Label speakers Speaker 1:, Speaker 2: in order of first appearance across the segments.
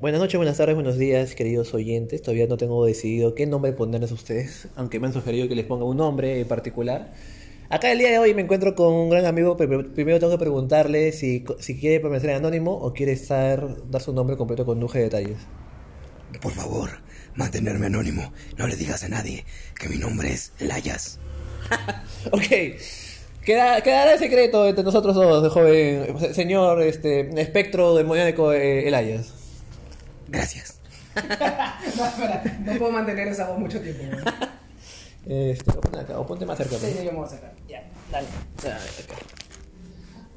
Speaker 1: Buenas noches, buenas tardes, buenos días, queridos oyentes. Todavía no tengo decidido qué nombre ponerles a ustedes, aunque me han sugerido que les ponga un nombre en particular. Acá el día de hoy me encuentro con un gran amigo. Prim- Primero tengo que preguntarle si, si quiere permanecer anónimo o quiere estar, dar su nombre completo con lujo de detalles.
Speaker 2: Por favor, mantenerme anónimo. No le digas a nadie que mi nombre es Layas.
Speaker 1: Ok. Queda, quedará el secreto entre nosotros dos, joven, se- señor este, espectro demoníaco eh, Elias.
Speaker 2: Gracias.
Speaker 3: No, espera, no puedo mantener esa voz mucho tiempo. güey.
Speaker 1: Este, o ponte acá, o ponte más cerca.
Speaker 3: Sí,
Speaker 1: pues.
Speaker 3: sí, yo me voy a sacar. Ya, dale.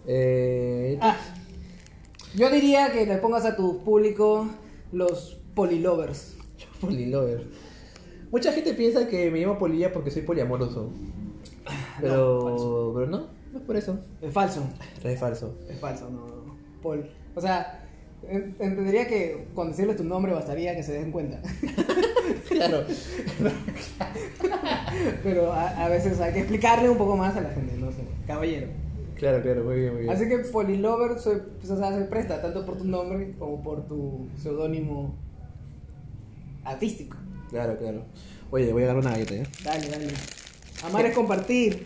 Speaker 1: Eh,
Speaker 3: Ah, yo diría que le pongas a tu público los polilovers.
Speaker 1: Polilover. Mucha gente piensa que me llamo Polilla porque soy poliamoroso. Ah,
Speaker 3: no,
Speaker 1: Pero no, pero no, no es por eso.
Speaker 3: Es falso.
Speaker 1: Es falso.
Speaker 3: Es falso, no, no. Pol. O sea, en- entendería que con decirle tu nombre bastaría que se den cuenta.
Speaker 1: Claro.
Speaker 3: Pero a, a veces hay que explicarle un poco más a la gente, no sé. Caballero.
Speaker 1: Claro, claro, muy bien, muy bien.
Speaker 3: Así que polilover se, pues, o sea, se presta tanto por tu nombre como por tu seudónimo artístico.
Speaker 1: Claro, claro. Oye, voy a agarrar una galleta ya.
Speaker 3: Dale, dale. Amar es compartir.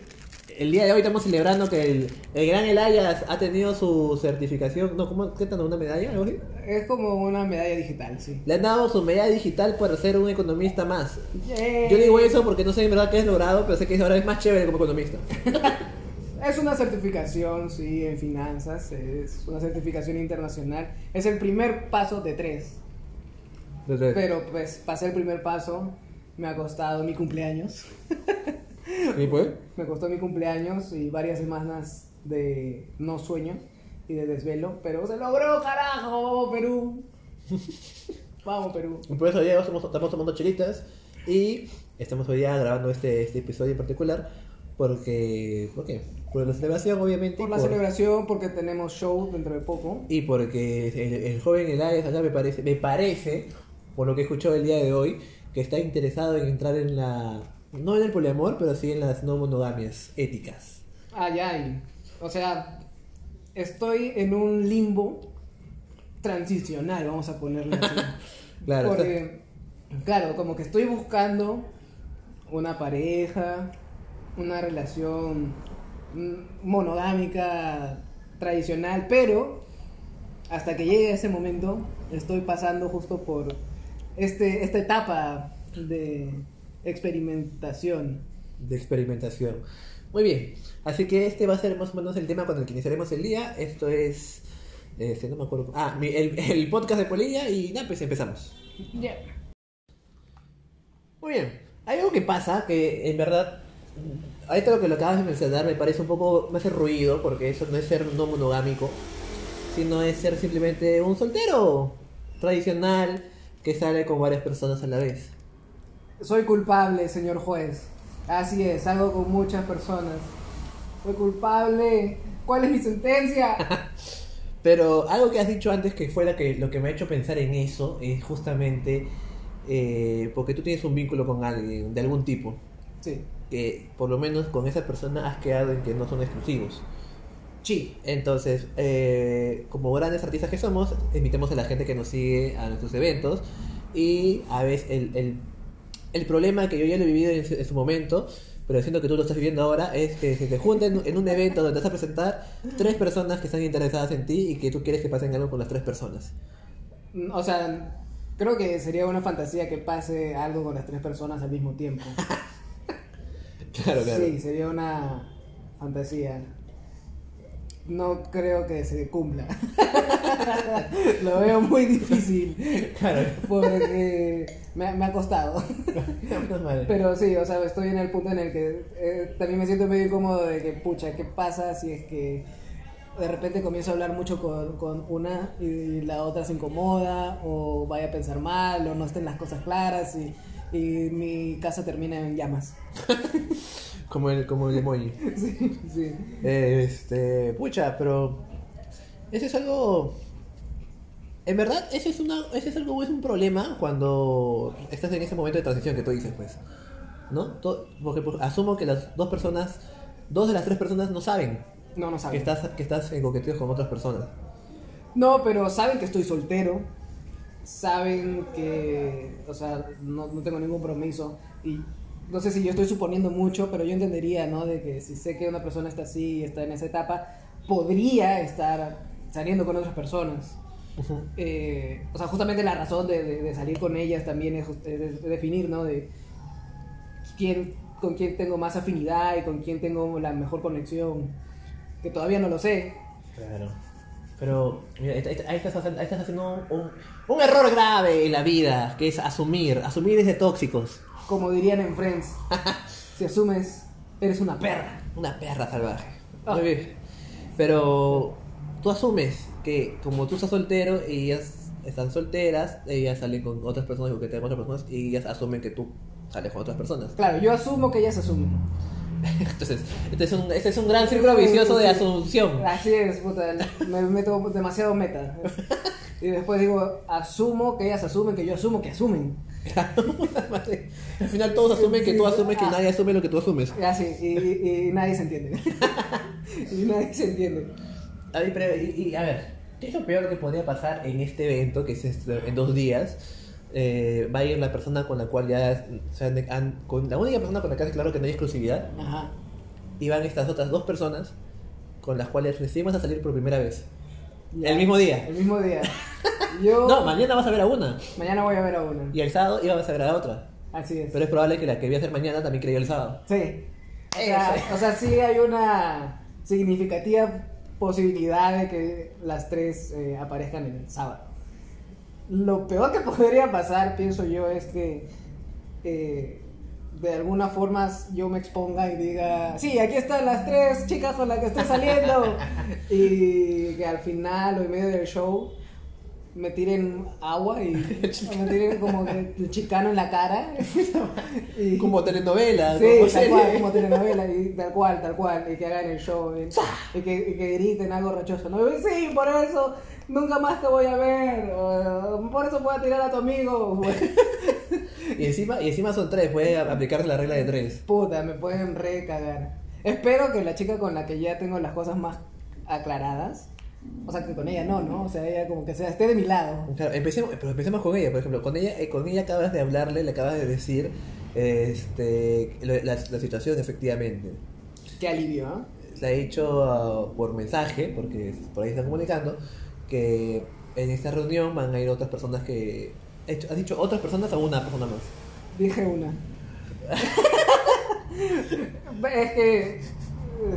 Speaker 1: El día de hoy estamos celebrando que el, el gran Elias ha tenido su certificación. No, ¿cómo? ¿Qué tal? ¿Una medalla? ¿Algo así?
Speaker 3: Es como una medalla digital, sí.
Speaker 1: Le han dado su medalla digital para ser un economista más.
Speaker 3: Yay.
Speaker 1: Yo digo eso porque no sé en verdad qué has logrado, pero sé que ahora es más chévere como economista.
Speaker 3: Es una certificación, sí, en finanzas. Es una certificación internacional. Es el primer paso de tres. Pero pues pasé el primer paso. Me ha costado mi cumpleaños.
Speaker 1: ¿Y pues?
Speaker 3: Me costó mi cumpleaños y varias semanas de no sueño y de desvelo. Pero se logró, carajo. Vamos, Perú. Vamos, Perú.
Speaker 1: Y Por eso hoy día estamos, estamos tomando chelitas y estamos hoy día grabando este, este episodio en particular porque... ¿Por qué? Por la celebración, obviamente. y
Speaker 3: Por la
Speaker 1: por-
Speaker 3: celebración, porque tenemos show dentro de poco.
Speaker 1: Y porque el, el joven Elias acá me parece, me parece, por lo que escuchó el día de hoy, que está interesado en entrar en la... No en el poliamor, pero sí en las no monogamias éticas.
Speaker 3: Ay, ay. Ah, O sea, estoy en un limbo transicional, vamos a ponerle así.
Speaker 1: Claro,
Speaker 3: Porque, claro, como que estoy buscando una pareja, una relación mm, monogámica, tradicional, pero hasta que llegue ese momento, estoy pasando justo por este, esta etapa de experimentación.
Speaker 1: de experimentación. Muy bien, así que este va a ser más o menos el tema con el que iniciaremos el día. Esto es. Este, no me acuerdo. Ah, mi- el, el podcast de Polilla y nada, pues empezamos. Muy bien, hay algo que pasa que en verdad. Ahorita lo que lo acabas de mencionar me parece un poco. me hace ruido porque eso no es ser no monogámico, sino es ser simplemente un soltero tradicional que sale con varias personas a la vez.
Speaker 3: Soy culpable, señor juez. Así es, salgo con muchas personas. Soy culpable. ¿Cuál es mi sentencia?
Speaker 1: Pero algo que has dicho antes que fue la que, lo que me ha hecho pensar en eso es justamente eh, porque tú tienes un vínculo con alguien de algún tipo,
Speaker 3: Sí.
Speaker 1: que por lo menos con esa persona has quedado en que no son exclusivos.
Speaker 3: Sí.
Speaker 1: Entonces, eh, como grandes artistas que somos, invitemos a la gente que nos sigue a nuestros eventos y a veces el, el, el problema que yo ya lo he vivido en su, en su momento, pero siento que tú lo estás viviendo ahora, es que se te junten en un evento donde te vas a presentar tres personas que están interesadas en ti y que tú quieres que pasen algo con las tres personas.
Speaker 3: Mm, O sea, creo que sería una fantasía que pase algo con las tres personas al mismo tiempo.
Speaker 1: Claro, claro.
Speaker 3: Sí, sería una fantasía. No creo que se cumpla. Lo veo muy difícil.
Speaker 1: Claro.
Speaker 3: Porque me ha- me ha costado.
Speaker 1: Menos mal.
Speaker 3: Pero sí, o sea, estoy en el punto en el que eh, también me siento medio incómodo de que, pucha, ¿qué pasa si es que de repente comienzo a hablar mucho con, con una y la otra se incomoda o vaya a pensar mal o no estén las cosas claras y, y mi casa termina en llamas?
Speaker 1: Como el, como el emoji.
Speaker 3: Sí, sí.
Speaker 1: Eh, Este, pucha, pero ese es algo. En verdad, ese es una, ese es algo, es un problema cuando estás en ese momento de transición que tú dices, pues, ¿no? To- Porque pues, asumo que las dos personas, dos de las tres personas no saben
Speaker 3: No, no
Speaker 1: que
Speaker 3: saben.
Speaker 1: estás, que estás en coqueteos con otras personas.
Speaker 3: No, pero saben que estoy soltero. saben que, o sea, no, no tengo ningún compromiso y no sé si yo estoy suponiendo mucho, pero yo entendería, ¿no? De que si sé que una persona está así y está en esa etapa, podría estar saliendo con otras personas. Eh, o sea, justamente la razón de, de- de salir con ellas también es, just- es- es definir, ¿no? De quién, con quién tengo más afinidad y con quién tengo la mejor conexión, que todavía no lo sé.
Speaker 1: Claro. Pero mira, ahí, ahí- ahí estás haciendo, ahí estás haciendo un, un- un error grave en la vida, que es asumir. Asumir es de tóxicos.
Speaker 3: Como dirían en Friends, si asumes, eres una perra.
Speaker 1: Una perra salvaje.
Speaker 3: Ah.
Speaker 1: Muy bien. Pero tú asumes que como tú estás soltero y ellas están solteras, ellas salen con otras personas o que te con otras personas y ellas asumen que tú sales con otras personas.
Speaker 3: Claro, yo asumo que ellas asumen.
Speaker 1: Entonces, este es un, este es un gran círculo vicioso de asunción.
Speaker 3: Así es, puta, me meto demasiado meta. Y después digo, asumo que ellas asumen, que yo asumo que asumen.
Speaker 1: Al final todos asumen que tú asumes
Speaker 3: Ah.
Speaker 1: que nadie asume lo que tú asumes.
Speaker 3: Y Así, y, y- y nadie se entiende. y nadie se entiende.
Speaker 1: A mí, pero, y, y, a ver, ¿qué es lo peor que podría pasar en este evento, que es este- en dos días? Eh, va a ir la persona con la cual ya se han, han- con la única persona con la que hace claro que no hay exclusividad
Speaker 3: Ajá.
Speaker 1: y van estas otras dos personas con las cuales recién vas a salir por primera vez
Speaker 3: Ya.
Speaker 1: el mismo día
Speaker 3: El mismo día. Yo
Speaker 1: no mañana vas a ver a una
Speaker 3: mañana voy a ver a una.
Speaker 1: y el sábado ibas a ver a la otra
Speaker 3: Así es.
Speaker 1: pero es probable que la que voy a hacer mañana también creyó el sábado
Speaker 3: Sí. O sea, o sea, sí hay una significativa posibilidad de que las tres eh, aparezcan en el sábado. Lo peor que podría pasar, pienso yo, es que eh, de alguna forma yo me exponga y diga, sí, aquí están las tres chicas con las que estoy saliendo. y que al final o en medio del show me tiren agua y me tiren como que el chicano en la cara. Y-
Speaker 1: como telenovela
Speaker 3: Sí,
Speaker 1: como
Speaker 3: tal cual,
Speaker 1: serie.
Speaker 3: como telenovela, y tal cual, tal cual, y que hagan el show, y, y que, y que griten algo rachoso, ¿no? Y, Sí, por eso nunca más te voy a ver, o, por eso voy a tirar a tu amigo.
Speaker 1: y encima y encima son tres voy a aplicar la regla de tres
Speaker 3: Puta, me pueden recagar. Espero que la chica con la que ya tengo las cosas más aclaradas, o sea, que con ella no, ¿no? O sea, ella como que sea, esté de mi lado.
Speaker 1: Claro, empecemos, pero empecemos con ella, por ejemplo, con ella, eh, con ella acabas de hablarle, le acabas de decir este, lo- la, la situación efectivamente.
Speaker 3: Qué alivio, ¿ah?
Speaker 1: La he dicho ah, por mensaje, porque por ahí están comunicando, que en esta reunión van a ir otras personas que... he hecho- ¿Has dicho otras personas o una persona más?
Speaker 3: Dije una. es que. eh,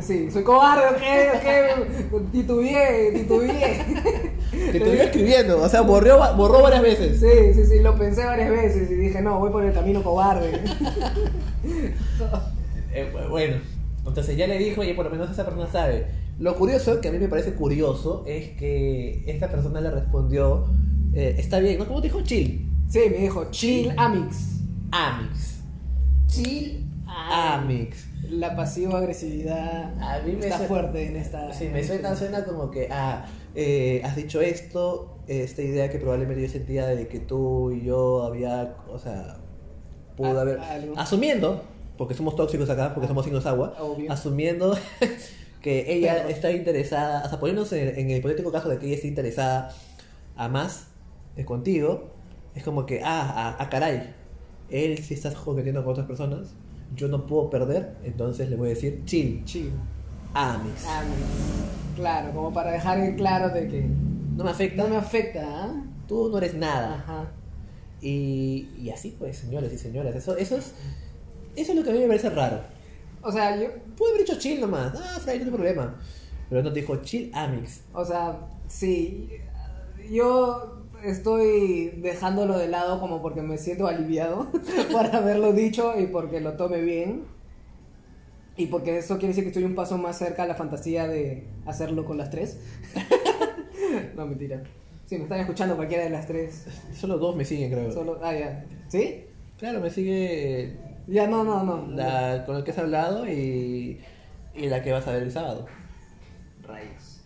Speaker 3: Sí, soy cobarde, ok, ok. Titubeé, titubeé.
Speaker 1: Que te iba escribiendo, o sea, borró, va- borró varias veces.
Speaker 3: Sí, sí, sí, lo pensé varias veces y dije, no, voy por el camino cobarde.
Speaker 1: Eh, bu- bueno, entonces ya le dijo y por lo menos esa persona sabe. Lo curioso, que a mí me parece curioso, es que esta persona le respondió, eh, está bien, ¿no? ¿Cómo te dijo? Chill.
Speaker 3: Sí, me dijo, chill amix.
Speaker 1: Amix.
Speaker 3: Chill
Speaker 1: Amix.
Speaker 3: La pasivo-agresividad
Speaker 1: Ah. A mí me
Speaker 3: está
Speaker 1: suena-
Speaker 3: fuerte en este esta.
Speaker 1: Sí, me suena, suena como que, ah, eh, has dicho esto, esta idea que probablemente yo sentía de que tú y yo había, o sea, pudo
Speaker 3: Ah,
Speaker 1: haber,
Speaker 3: algo.
Speaker 1: asumiendo, porque somos tóxicos acá, porque somos signos agua,
Speaker 3: Obvio.
Speaker 1: asumiendo que ella
Speaker 3: Perros.
Speaker 1: está interesada, o sea, poniéndose en el, en el hipotético caso de que ella esté interesada a más eh, contigo, es como que, ah, a, a caray, él sí está coqueteando con otras personas, yo no puedo perder, entonces le voy a decir, chill,
Speaker 3: Chill
Speaker 1: amix.
Speaker 3: amix. Claro, como para dejar en claro de que
Speaker 1: No me afecta,
Speaker 3: no me Ah. afecta, ¿ah?
Speaker 1: tú no eres nada.
Speaker 3: Ajá.
Speaker 1: Y, y así pues, señores y señoras, eso, eso es eso es lo que a mí me parece raro.
Speaker 3: O sea, yo,
Speaker 1: Puede haber hecho chill nomás, ah, Fray, no hay problema. Pero no te dijo chill Amix.
Speaker 3: O sea, sí, yo estoy dejándolo de lado como porque me siento aliviado por haberlo dicho y porque lo tome bien. Y porque eso quiere decir que estoy un paso más cerca a la fantasía de hacerlo con las tres. no, mentira. Si me están escuchando cualquiera de las tres.
Speaker 1: Solo dos me siguen, creo.
Speaker 3: Solo, ah, ya. ¿Sí?
Speaker 1: Claro, me sigue
Speaker 3: Ya, no, no, no.
Speaker 1: la con la que has hablado y, y la que vas a ver el sábado.
Speaker 3: Rayos.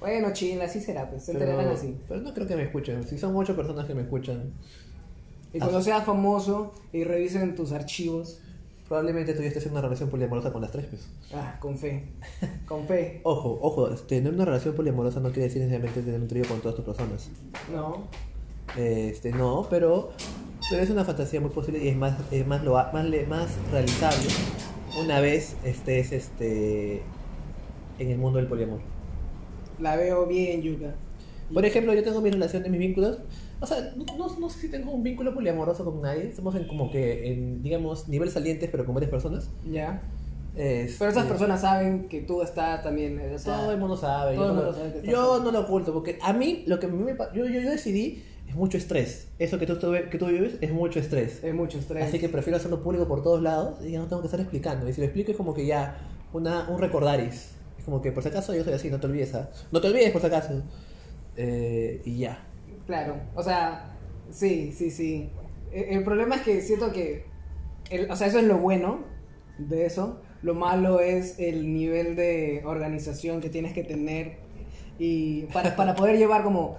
Speaker 3: bueno, chill, así será, pues. Se enterarán
Speaker 1: Pero,
Speaker 3: así.
Speaker 1: pero no creo que me escuchen. Si son ocho personas que me escuchan,
Speaker 3: Y cuando seas famoso y revisen tus archivos,
Speaker 1: probablemente tú ya estés en una relación poliamorosa con las tres. Pues.
Speaker 3: Ah, con fe. Con fe.
Speaker 1: Ojo, ojo, tener una relación poliamorosa no quiere decir necesariamente tener un trío con todas tus personas.
Speaker 3: No.
Speaker 1: Este, no, pero, pero es una fantasía muy posible y es más, es más, loa- más, le- más realizable una vez estés este, en el mundo del poliamor.
Speaker 3: La veo bien, Yuka.
Speaker 1: Por ejemplo, yo tengo mi relación de mis vínculos. O sea, no, no, no sé si tengo un vínculo poliamoroso con nadie. Estamos en como que, en, digamos, niveles salientes, pero con varias personas.
Speaker 3: Ya.
Speaker 1: Este,
Speaker 3: Pero esas personas saben que tú estás también. o sea,
Speaker 1: Todo el mundo sabe.
Speaker 3: Todo
Speaker 1: yo
Speaker 3: el
Speaker 1: no
Speaker 3: mundo
Speaker 1: lo-
Speaker 3: sabe que estás
Speaker 1: yo
Speaker 3: solo.
Speaker 1: no lo oculto, porque a mí lo que a mí me pa- yo, yo, yo decidí es mucho estrés. Eso que tú, estuve- que tú vives es mucho estrés.
Speaker 3: es mucho estrés.
Speaker 1: Así que prefiero hacerlo público por todos lados y ya no tengo que estar explicando. Y si lo explico es como que ya una, un recordaris. Es como que por si acaso yo soy así, no te olvides. ¿ah? No te olvides por si acaso. Eh, y ya.
Speaker 3: Claro, o sea, sí, sí, sí. E- El problema es que siento que, el- o sea, eso es lo bueno de eso. Lo malo es el nivel de organización que tienes que tener y para, para poder llevar como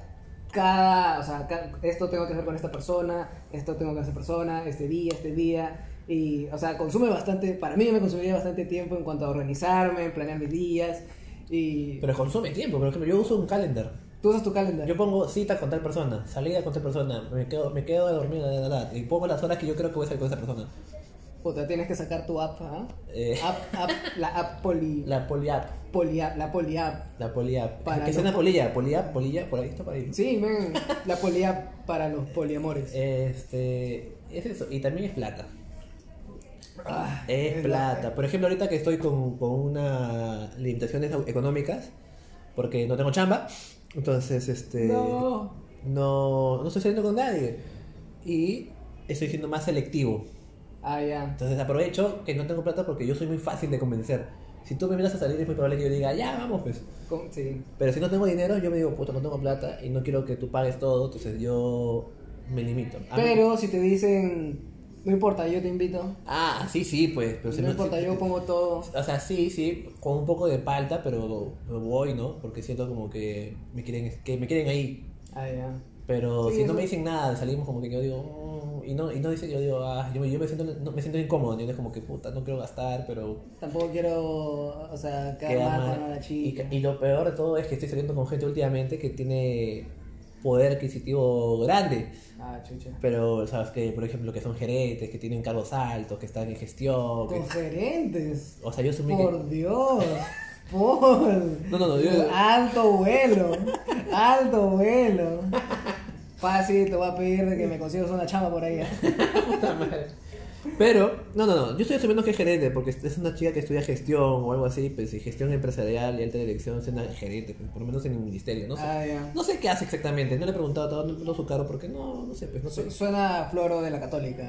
Speaker 3: cada, o sea, ca- esto tengo que hacer con esta persona, esto tengo que hacer persona, este día, este día. Y, o sea, consume bastante, para mí me consumiría bastante tiempo en cuanto a organizarme, planear mis días. Y
Speaker 1: Pero consume tiempo. Por ejemplo, yo uso un calendar.
Speaker 3: tú usas tu calendario.
Speaker 1: Yo pongo cita con tal persona, salida con tal persona, me quedo, me quedo a dormir la verdad, y pongo las horas que yo creo que voy a salir con esa persona.
Speaker 3: Puta, tienes que sacar tu app, ¿ah?
Speaker 1: Eh.
Speaker 3: App, app, la app poli, la,
Speaker 1: La poliap.
Speaker 3: poliapp, la poliapp.
Speaker 1: La poliap.
Speaker 3: Para
Speaker 1: que es
Speaker 3: no-
Speaker 1: una polilla, polilla, polilla, por ahí está para ahí.
Speaker 3: Sí, men, la poliapp para los poliamores.
Speaker 1: Eh, Este, es eso, y también es plata.
Speaker 3: Ah,
Speaker 1: Es
Speaker 3: la-
Speaker 1: plata. Por ejemplo, ahorita que estoy con, con unas limitaciones au- económicas, porque no tengo chamba, entonces este
Speaker 3: No.
Speaker 1: no, no estoy saliendo con nadie. Y estoy siendo más selectivo.
Speaker 3: Ah, ya.
Speaker 1: Entonces aprovecho que no tengo plata porque yo soy muy fácil de convencer. Si tú me miras a salir es muy probable que yo diga, ya, vamos pues.
Speaker 3: Con- sí.
Speaker 1: Pero si no tengo dinero, yo me digo, puta, no tengo plata y no quiero que tú pagues todo, entonces yo me limito. A mí-
Speaker 3: Pero si te dicen, no importa, yo te invito.
Speaker 1: Ah, sí, sí, pues. Pero si
Speaker 3: No importa,
Speaker 1: si-
Speaker 3: yo pongo todo.
Speaker 1: O sea, sí, sí, con un poco de palta, pero me voy, ¿no? Porque siento como que me quieren, que me quieren ahí.
Speaker 3: Ah, ya.
Speaker 1: Pero
Speaker 3: Sí,
Speaker 1: si no
Speaker 3: eso-
Speaker 1: me dicen nada, salimos como que yo digo, mm, y no, y no dicen, yo digo, ah, yo, me- yo me siento, no, me siento incómodo, yo es como que puta, no quiero gastar, pero
Speaker 3: Tampoco quiero, o sea, quedar
Speaker 1: queda
Speaker 3: mal
Speaker 1: mal.
Speaker 3: con la
Speaker 1: Y,
Speaker 3: chica.
Speaker 1: y lo peor de todo es que estoy saliendo con gente últimamente que tiene poder adquisitivo grande.
Speaker 3: Ah, chucha.
Speaker 1: Pero, ¿sabes que Por ejemplo, que son gerentes, que tienen cargos altos, que están en gestión. que-
Speaker 3: Con gerentes.
Speaker 1: O sea, yo asumí que...
Speaker 3: Por Dios. Por.
Speaker 1: No, no, no, yo-
Speaker 3: Alto vuelo. Alto vuelo. Fácil, te voy a pedir que me consigas una chamba por ahí.
Speaker 1: Puta madre. Pero, no, no, no, yo estoy asumiendo que es gerente, porque es una chica que estudia gestión o algo así, pues y gestión empresarial y alta dirección, es una gerente, pues, por lo menos en el ministerio, no sé.
Speaker 3: Ah, ya.
Speaker 1: No sé qué hace exactamente, no le he preguntado todo, no, no su cargo, porque no, no sé, pues no sé.
Speaker 3: Su- Suena a floro de la católica.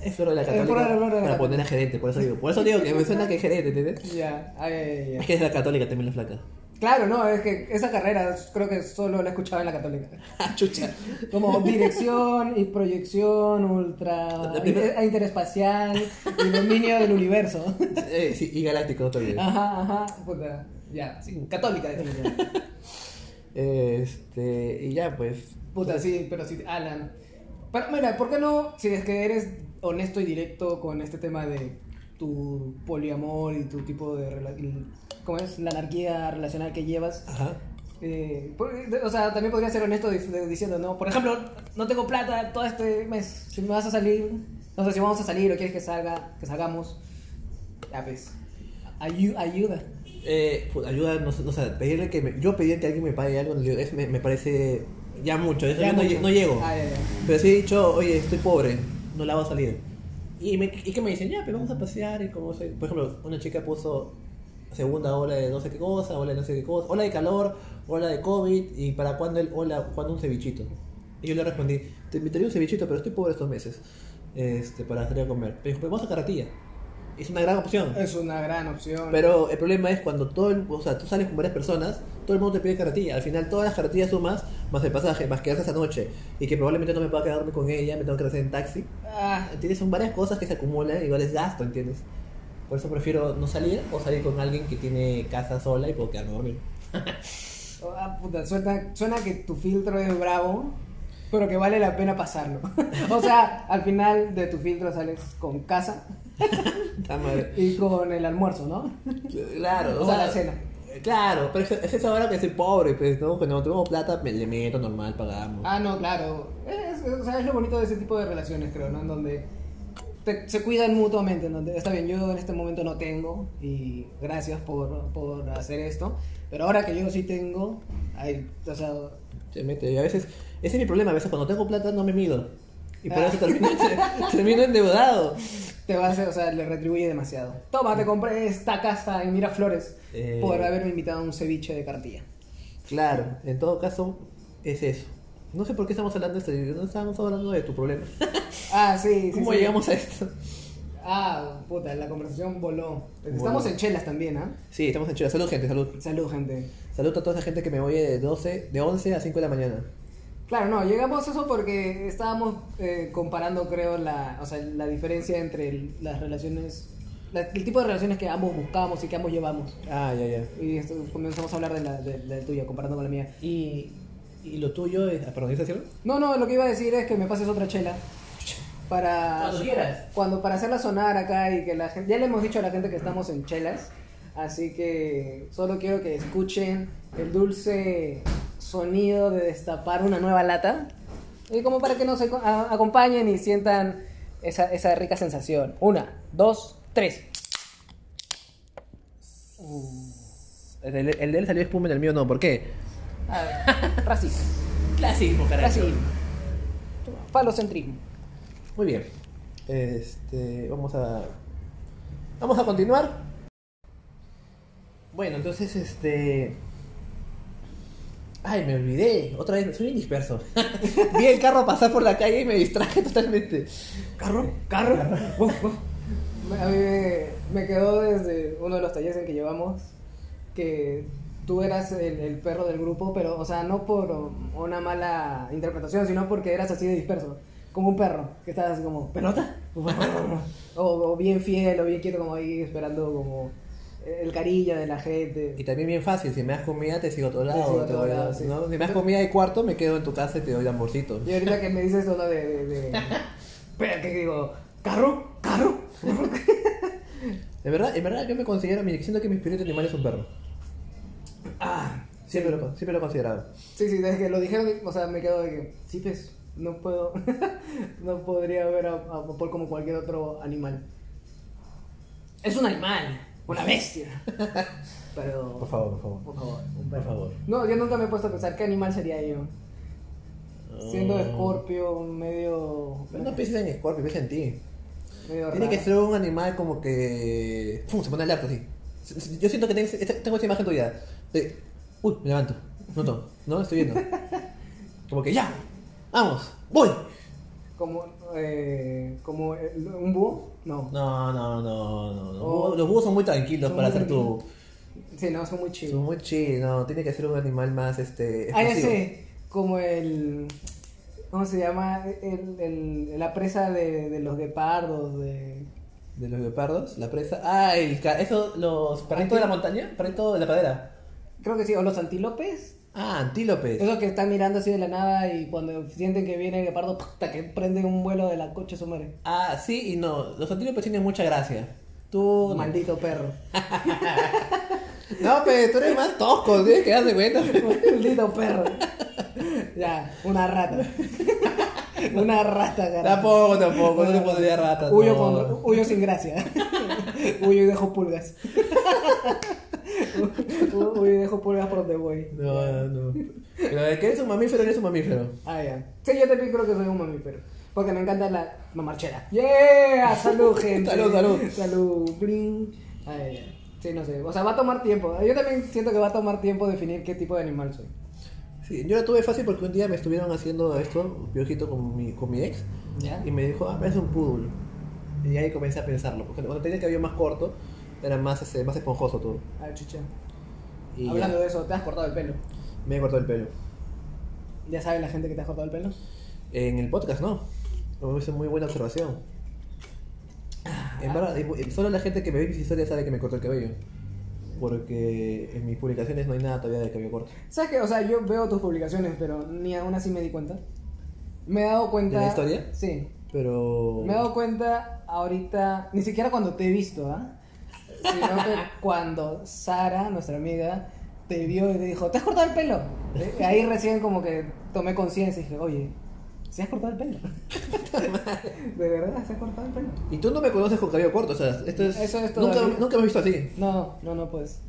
Speaker 3: ¿eh?
Speaker 1: Es flor de la
Speaker 3: Es
Speaker 1: católica
Speaker 3: flor de- flor de la
Speaker 1: para
Speaker 3: Católica.
Speaker 1: poner a gerente, por eso digo, por eso digo que me suena que es gerente, ¿entiendes?
Speaker 3: ¿eh? Ya, ay, ay,
Speaker 1: Es
Speaker 3: ay,
Speaker 1: que es de la católica también la flaca.
Speaker 3: ay. Claro, no, es que esa carrera creo que solo la he escuchado en la católica.
Speaker 1: Ah, chucha.
Speaker 3: Como dirección y proyección ultra
Speaker 1: La primera-
Speaker 3: inter- interespacial y dominio del universo.
Speaker 1: Eh, sí, y galáctico también.
Speaker 3: Ajá, ajá, puta. Ya, sí, católica definitivamente.
Speaker 1: Este, y ya, pues.
Speaker 3: Puta, sí, pero si Alan. Pero, mira, ¿por qué no? Si es que eres honesto y directo con este tema de tu poliamor y tu tipo de. rela- y- ¿Cómo es? La anarquía relacional que llevas.
Speaker 1: Ajá.
Speaker 3: Eh, por- o sea, también podría ser honesto di- de- diciendo, ¿no? Por ejemplo, no tengo plata todo este mes. Si me vas a salir, no sé si vamos a salir o quieres que salga, que salgamos. Ya ves. Ayu- ayuda.
Speaker 1: Eh, pues, ayuda, no, sé, o sea, pedirle que me- yo pedirle que alguien me pague algo, le digo, es- me, me parece ya mucho, eso
Speaker 3: Ya
Speaker 1: yo no
Speaker 3: mucho.
Speaker 1: lle- No, llego.
Speaker 3: Ah, ya, ya.
Speaker 1: Pero sí he dicho, oye, estoy pobre, no la voy a salir. Y, me, y que me dicen, ya, pero vamos a pasear y como, se- por ejemplo, una chica puso segunda ola de no sé qué cosa, ola de no sé qué cosa, ola de calor, ola de COVID y para cuándo el, ola, cuándo un cevichito. Y yo le respondí, te invitaría un cevichito, pero estoy pobre estos meses, este, para salir a comer. Pero dijo, pero vamos a Carratilla. Es una gran opción.
Speaker 3: Es una gran opción.
Speaker 1: Pero el problema es cuando todo el- o sea, tú sales con varias personas, todo el mundo te pide carretilla. Al final todas las carretillas sumas, más el pasaje, más quedarse esa noche. Y que probablemente no me pueda quedarme con ella, me tengo que hacer en taxi.
Speaker 3: Ah,
Speaker 1: ¿Entiendes? Son varias cosas que se acumulan y vales gasto, ¿entiendes? Por eso prefiero no salir o salir con alguien que tiene casa sola y puedo quedarme a dormir.
Speaker 3: Ah, puta, suena, suena que tu filtro es bravo. pero que vale la pena pasarlo. o sea, al final de tu filtro sales con casa
Speaker 1: Puta madre.
Speaker 3: y con el almuerzo, ¿no?
Speaker 1: Claro,
Speaker 3: O la cena.
Speaker 1: Claro, pero es, es esa hora que soy pobre, pues, ¿no? Cuando tenemos plata, me le meto normal, pagamos.
Speaker 3: Ah, no, claro. Es, o sea, es lo bonito de ese tipo de relaciones, creo, ¿no? En donde te- se cuidan mutuamente, en donde está bien, yo en este momento no tengo y gracias por, por hacer esto, pero ahora que yo sí tengo, ay, o sea,
Speaker 1: Se mete. Y a veces, ese es mi problema, a veces cuando tengo plata no me mido. Y por
Speaker 3: Ah.
Speaker 1: eso termino, termino endeudado.
Speaker 3: te va a hacer, o sea, le retribuye demasiado. Toma, te compré esta casa en Miraflores
Speaker 1: Eh.
Speaker 3: por haberme invitado a un ceviche de cartilla.
Speaker 1: Claro, en todo caso, es eso. No sé por qué estamos hablando de esto, no estábamos hablando de tu problema.
Speaker 3: Ah, sí, sí.
Speaker 1: ¿Cómo
Speaker 3: sí.
Speaker 1: llegamos a esto?
Speaker 3: Ah, puta, la conversación voló. Estamos
Speaker 1: Voló.
Speaker 3: en chelas también, ¿ah?
Speaker 1: Sí, estamos en Chile. Salud, gente, salud.
Speaker 3: Salud, gente.
Speaker 1: Salud a toda esa gente que me oye de 12, de 11 a 5 de la mañana.
Speaker 3: Claro, no, llegamos a eso porque estábamos eh, comparando, creo, la, o sea, la diferencia entre el- las relaciones, la- el tipo de relaciones que ambos buscamos y que ambos llevamos.
Speaker 1: Ah, ya, ya.
Speaker 3: Y esto, comenzamos a hablar de la, de- de la tuya, comparando con la mía.
Speaker 1: Y, y lo tuyo es... ah, Perdón, ¿dices algo?
Speaker 3: No, no, lo que iba a decir es que me pases otra chela. Para.
Speaker 1: Cuando quieras.
Speaker 3: Cuando, para hacerla sonar acá y que la gente. Ya le hemos dicho a la gente que estamos en chelas. Así que solo quiero que escuchen el dulce sonido de destapar una nueva lata. Y como para que nos aco- a- acompañen y sientan esa, esa rica sensación. Una, dos, tres.
Speaker 1: El, de- el de él salió espuma y el mío no. ¿Por qué?
Speaker 3: A ver, racismo.
Speaker 1: Clasismo,
Speaker 3: Racismo. Falocentrismo.
Speaker 1: Muy bien. Este, vamos a vamos a continuar. Bueno, entonces este Ay, me olvidé. Otra vez, soy indisperso. Vi el carro pasar por la calle y me distraje totalmente.
Speaker 3: ¿Carro? ¿Carro? Uf, uf. A mí me, me quedó desde uno de los talleres en que llevamos que tú eras el, el perro del grupo, pero, o sea, no por um, una mala interpretación, sino porque eras así de disperso, como un perro, que estabas así como, ¿pelota? o, o bien fiel, o bien quieto, como ahí esperando como el carilla de la gente.
Speaker 1: Y también bien fácil, si me das comida te sigo a otro lado,
Speaker 3: sigo a
Speaker 1: te
Speaker 3: otro
Speaker 1: voy a-
Speaker 3: lado, sí.
Speaker 1: ¿no? Si me das comida y cuarto, me quedo en tu casa y te doy amorcito.
Speaker 3: Y ahorita que me dices eso de. de, de- Espera, que digo, ¿carro? ¿carro?
Speaker 1: De verdad, en verdad yo me considero, mi- siento que mi espíritu animal es un perro.
Speaker 3: Ah,
Speaker 1: Siempre lo, siempre lo he considerado.
Speaker 3: Sí, sí, desde que lo dijeron, o sea, me quedo de que, sí, pues, no puedo, no podría ver a, a Popol como cualquier otro animal. Es un animal, una bestia. Pero,
Speaker 1: Por favor, por favor.
Speaker 3: por favor, un
Speaker 1: Por
Speaker 3: perro.
Speaker 1: favor.
Speaker 3: No, yo nunca me he puesto a pensar qué animal sería yo.
Speaker 1: Mm.
Speaker 3: Siendo escorpio, medio.
Speaker 1: Ah. Pero no pienses en Scorpio, piensa en ti.
Speaker 3: medio
Speaker 1: Tiene
Speaker 3: raro.
Speaker 1: que ser un animal como que. ¡Pum! Se pone alerta así. S- s- Yo siento que tengo, esta- tengo esa imagen tuya. De, uy, me levanto. No, no, no, estoy viendo. Como que ya, vamos, voy.
Speaker 3: Como, eh, como el- un búho, no.
Speaker 1: No, no, no, no. no.
Speaker 3: Oh.
Speaker 1: Los búhos son muy tranquilos
Speaker 3: Son
Speaker 1: para
Speaker 3: muy
Speaker 1: hacer tu.
Speaker 3: Sí, no, son muy
Speaker 1: Son
Speaker 3: chidos.
Speaker 1: muy chill, no. Tiene que ser un animal más este.
Speaker 3: Ah, ya
Speaker 1: explosivo.
Speaker 3: sé, como el. ¿Cómo se llama? El- el- la presa de, de los guepardos. De...
Speaker 1: De los leopardos, la presa. Ah, el. ca- Eso, los perritos de la montaña, perritos de la pradera.
Speaker 3: Creo que sí, o los antílopes.
Speaker 1: Ah, antílopes.
Speaker 3: Esos que están mirando así de la nada y cuando sienten que viene el guepardo, hasta que prenden un vuelo de la coche su madre.
Speaker 1: Ah, sí y no. Los antílopes tienen mucha gracia. Tú.
Speaker 3: Oh, Maldito perro.
Speaker 1: No, pero tú eres más tosco, tienes que darse cuenta.
Speaker 3: Maldito perro. ya, una rata. una rata, cara.
Speaker 1: Tampoco, tampoco, no te pondría rata.
Speaker 3: Huyo,
Speaker 1: no.
Speaker 3: con- huyo sin gracia. huyo y dejo pulgas. Hu- huyo y dejo pulgas por donde voy.
Speaker 1: No, no. Pero de que eres un mamífero, eres un mamífero.
Speaker 3: Ah, ya. Sí, yo también creo que soy un mamífero. Porque me encanta la mamarchera. ¡Yeah! ¡Salud, gente!
Speaker 1: Salud, salud.
Speaker 3: ¡Salud! ¡Bling! Ah, ya, ya. Sí, no sé. O sea, va a tomar tiempo. Yo también siento que va a tomar tiempo definir qué tipo de animal soy.
Speaker 1: Sí, yo lo tuve fácil porque un día me estuvieron haciendo esto, viejito con mi, con mi ex,
Speaker 3: ¿Ya?
Speaker 1: y me dijo, ah, es un poodle. Y ahí comencé a pensarlo, porque cuando tenía el cabello más corto, era más, este, más esponjoso todo.
Speaker 3: Ah, chucha.
Speaker 1: Y
Speaker 3: Hablando
Speaker 1: ya,
Speaker 3: de eso, ¿te has cortado el pelo?
Speaker 1: me cortó el pelo.
Speaker 3: ¿Ya sabe la gente que te has cortado el pelo?
Speaker 1: En el podcast, no. Me hizo muy buena observación. En verdad, y- y solo la gente que me ve mis historias sabe que me cortó el cabello. Porque en mis publicaciones no hay nada todavía de cabello corto.
Speaker 3: ¿Sabes qué? O sea, yo veo tus publicaciones, pero ni aún así me di cuenta. Me he dado cuenta.
Speaker 1: ¿De la historia? Oh.
Speaker 3: Sí.
Speaker 1: Pero.
Speaker 3: Me he dado cuenta ahorita, ni siquiera cuando te he visto, ¿ah? Sino que cuando Sara, nuestra amiga, te vio y te dijo, ¿te has cortado el pelo? Eh, Ahí recién como que tomé conciencia y dije, oye, ¿se has cortado el pelo? ¿De verdad se has cortado el pelo?
Speaker 1: Y tú no me conoces con cabello corto, o sea, esto es.
Speaker 3: Eso es
Speaker 1: nunca,
Speaker 3: todavía-
Speaker 1: nunca me he visto así.
Speaker 3: No, no, no, pues.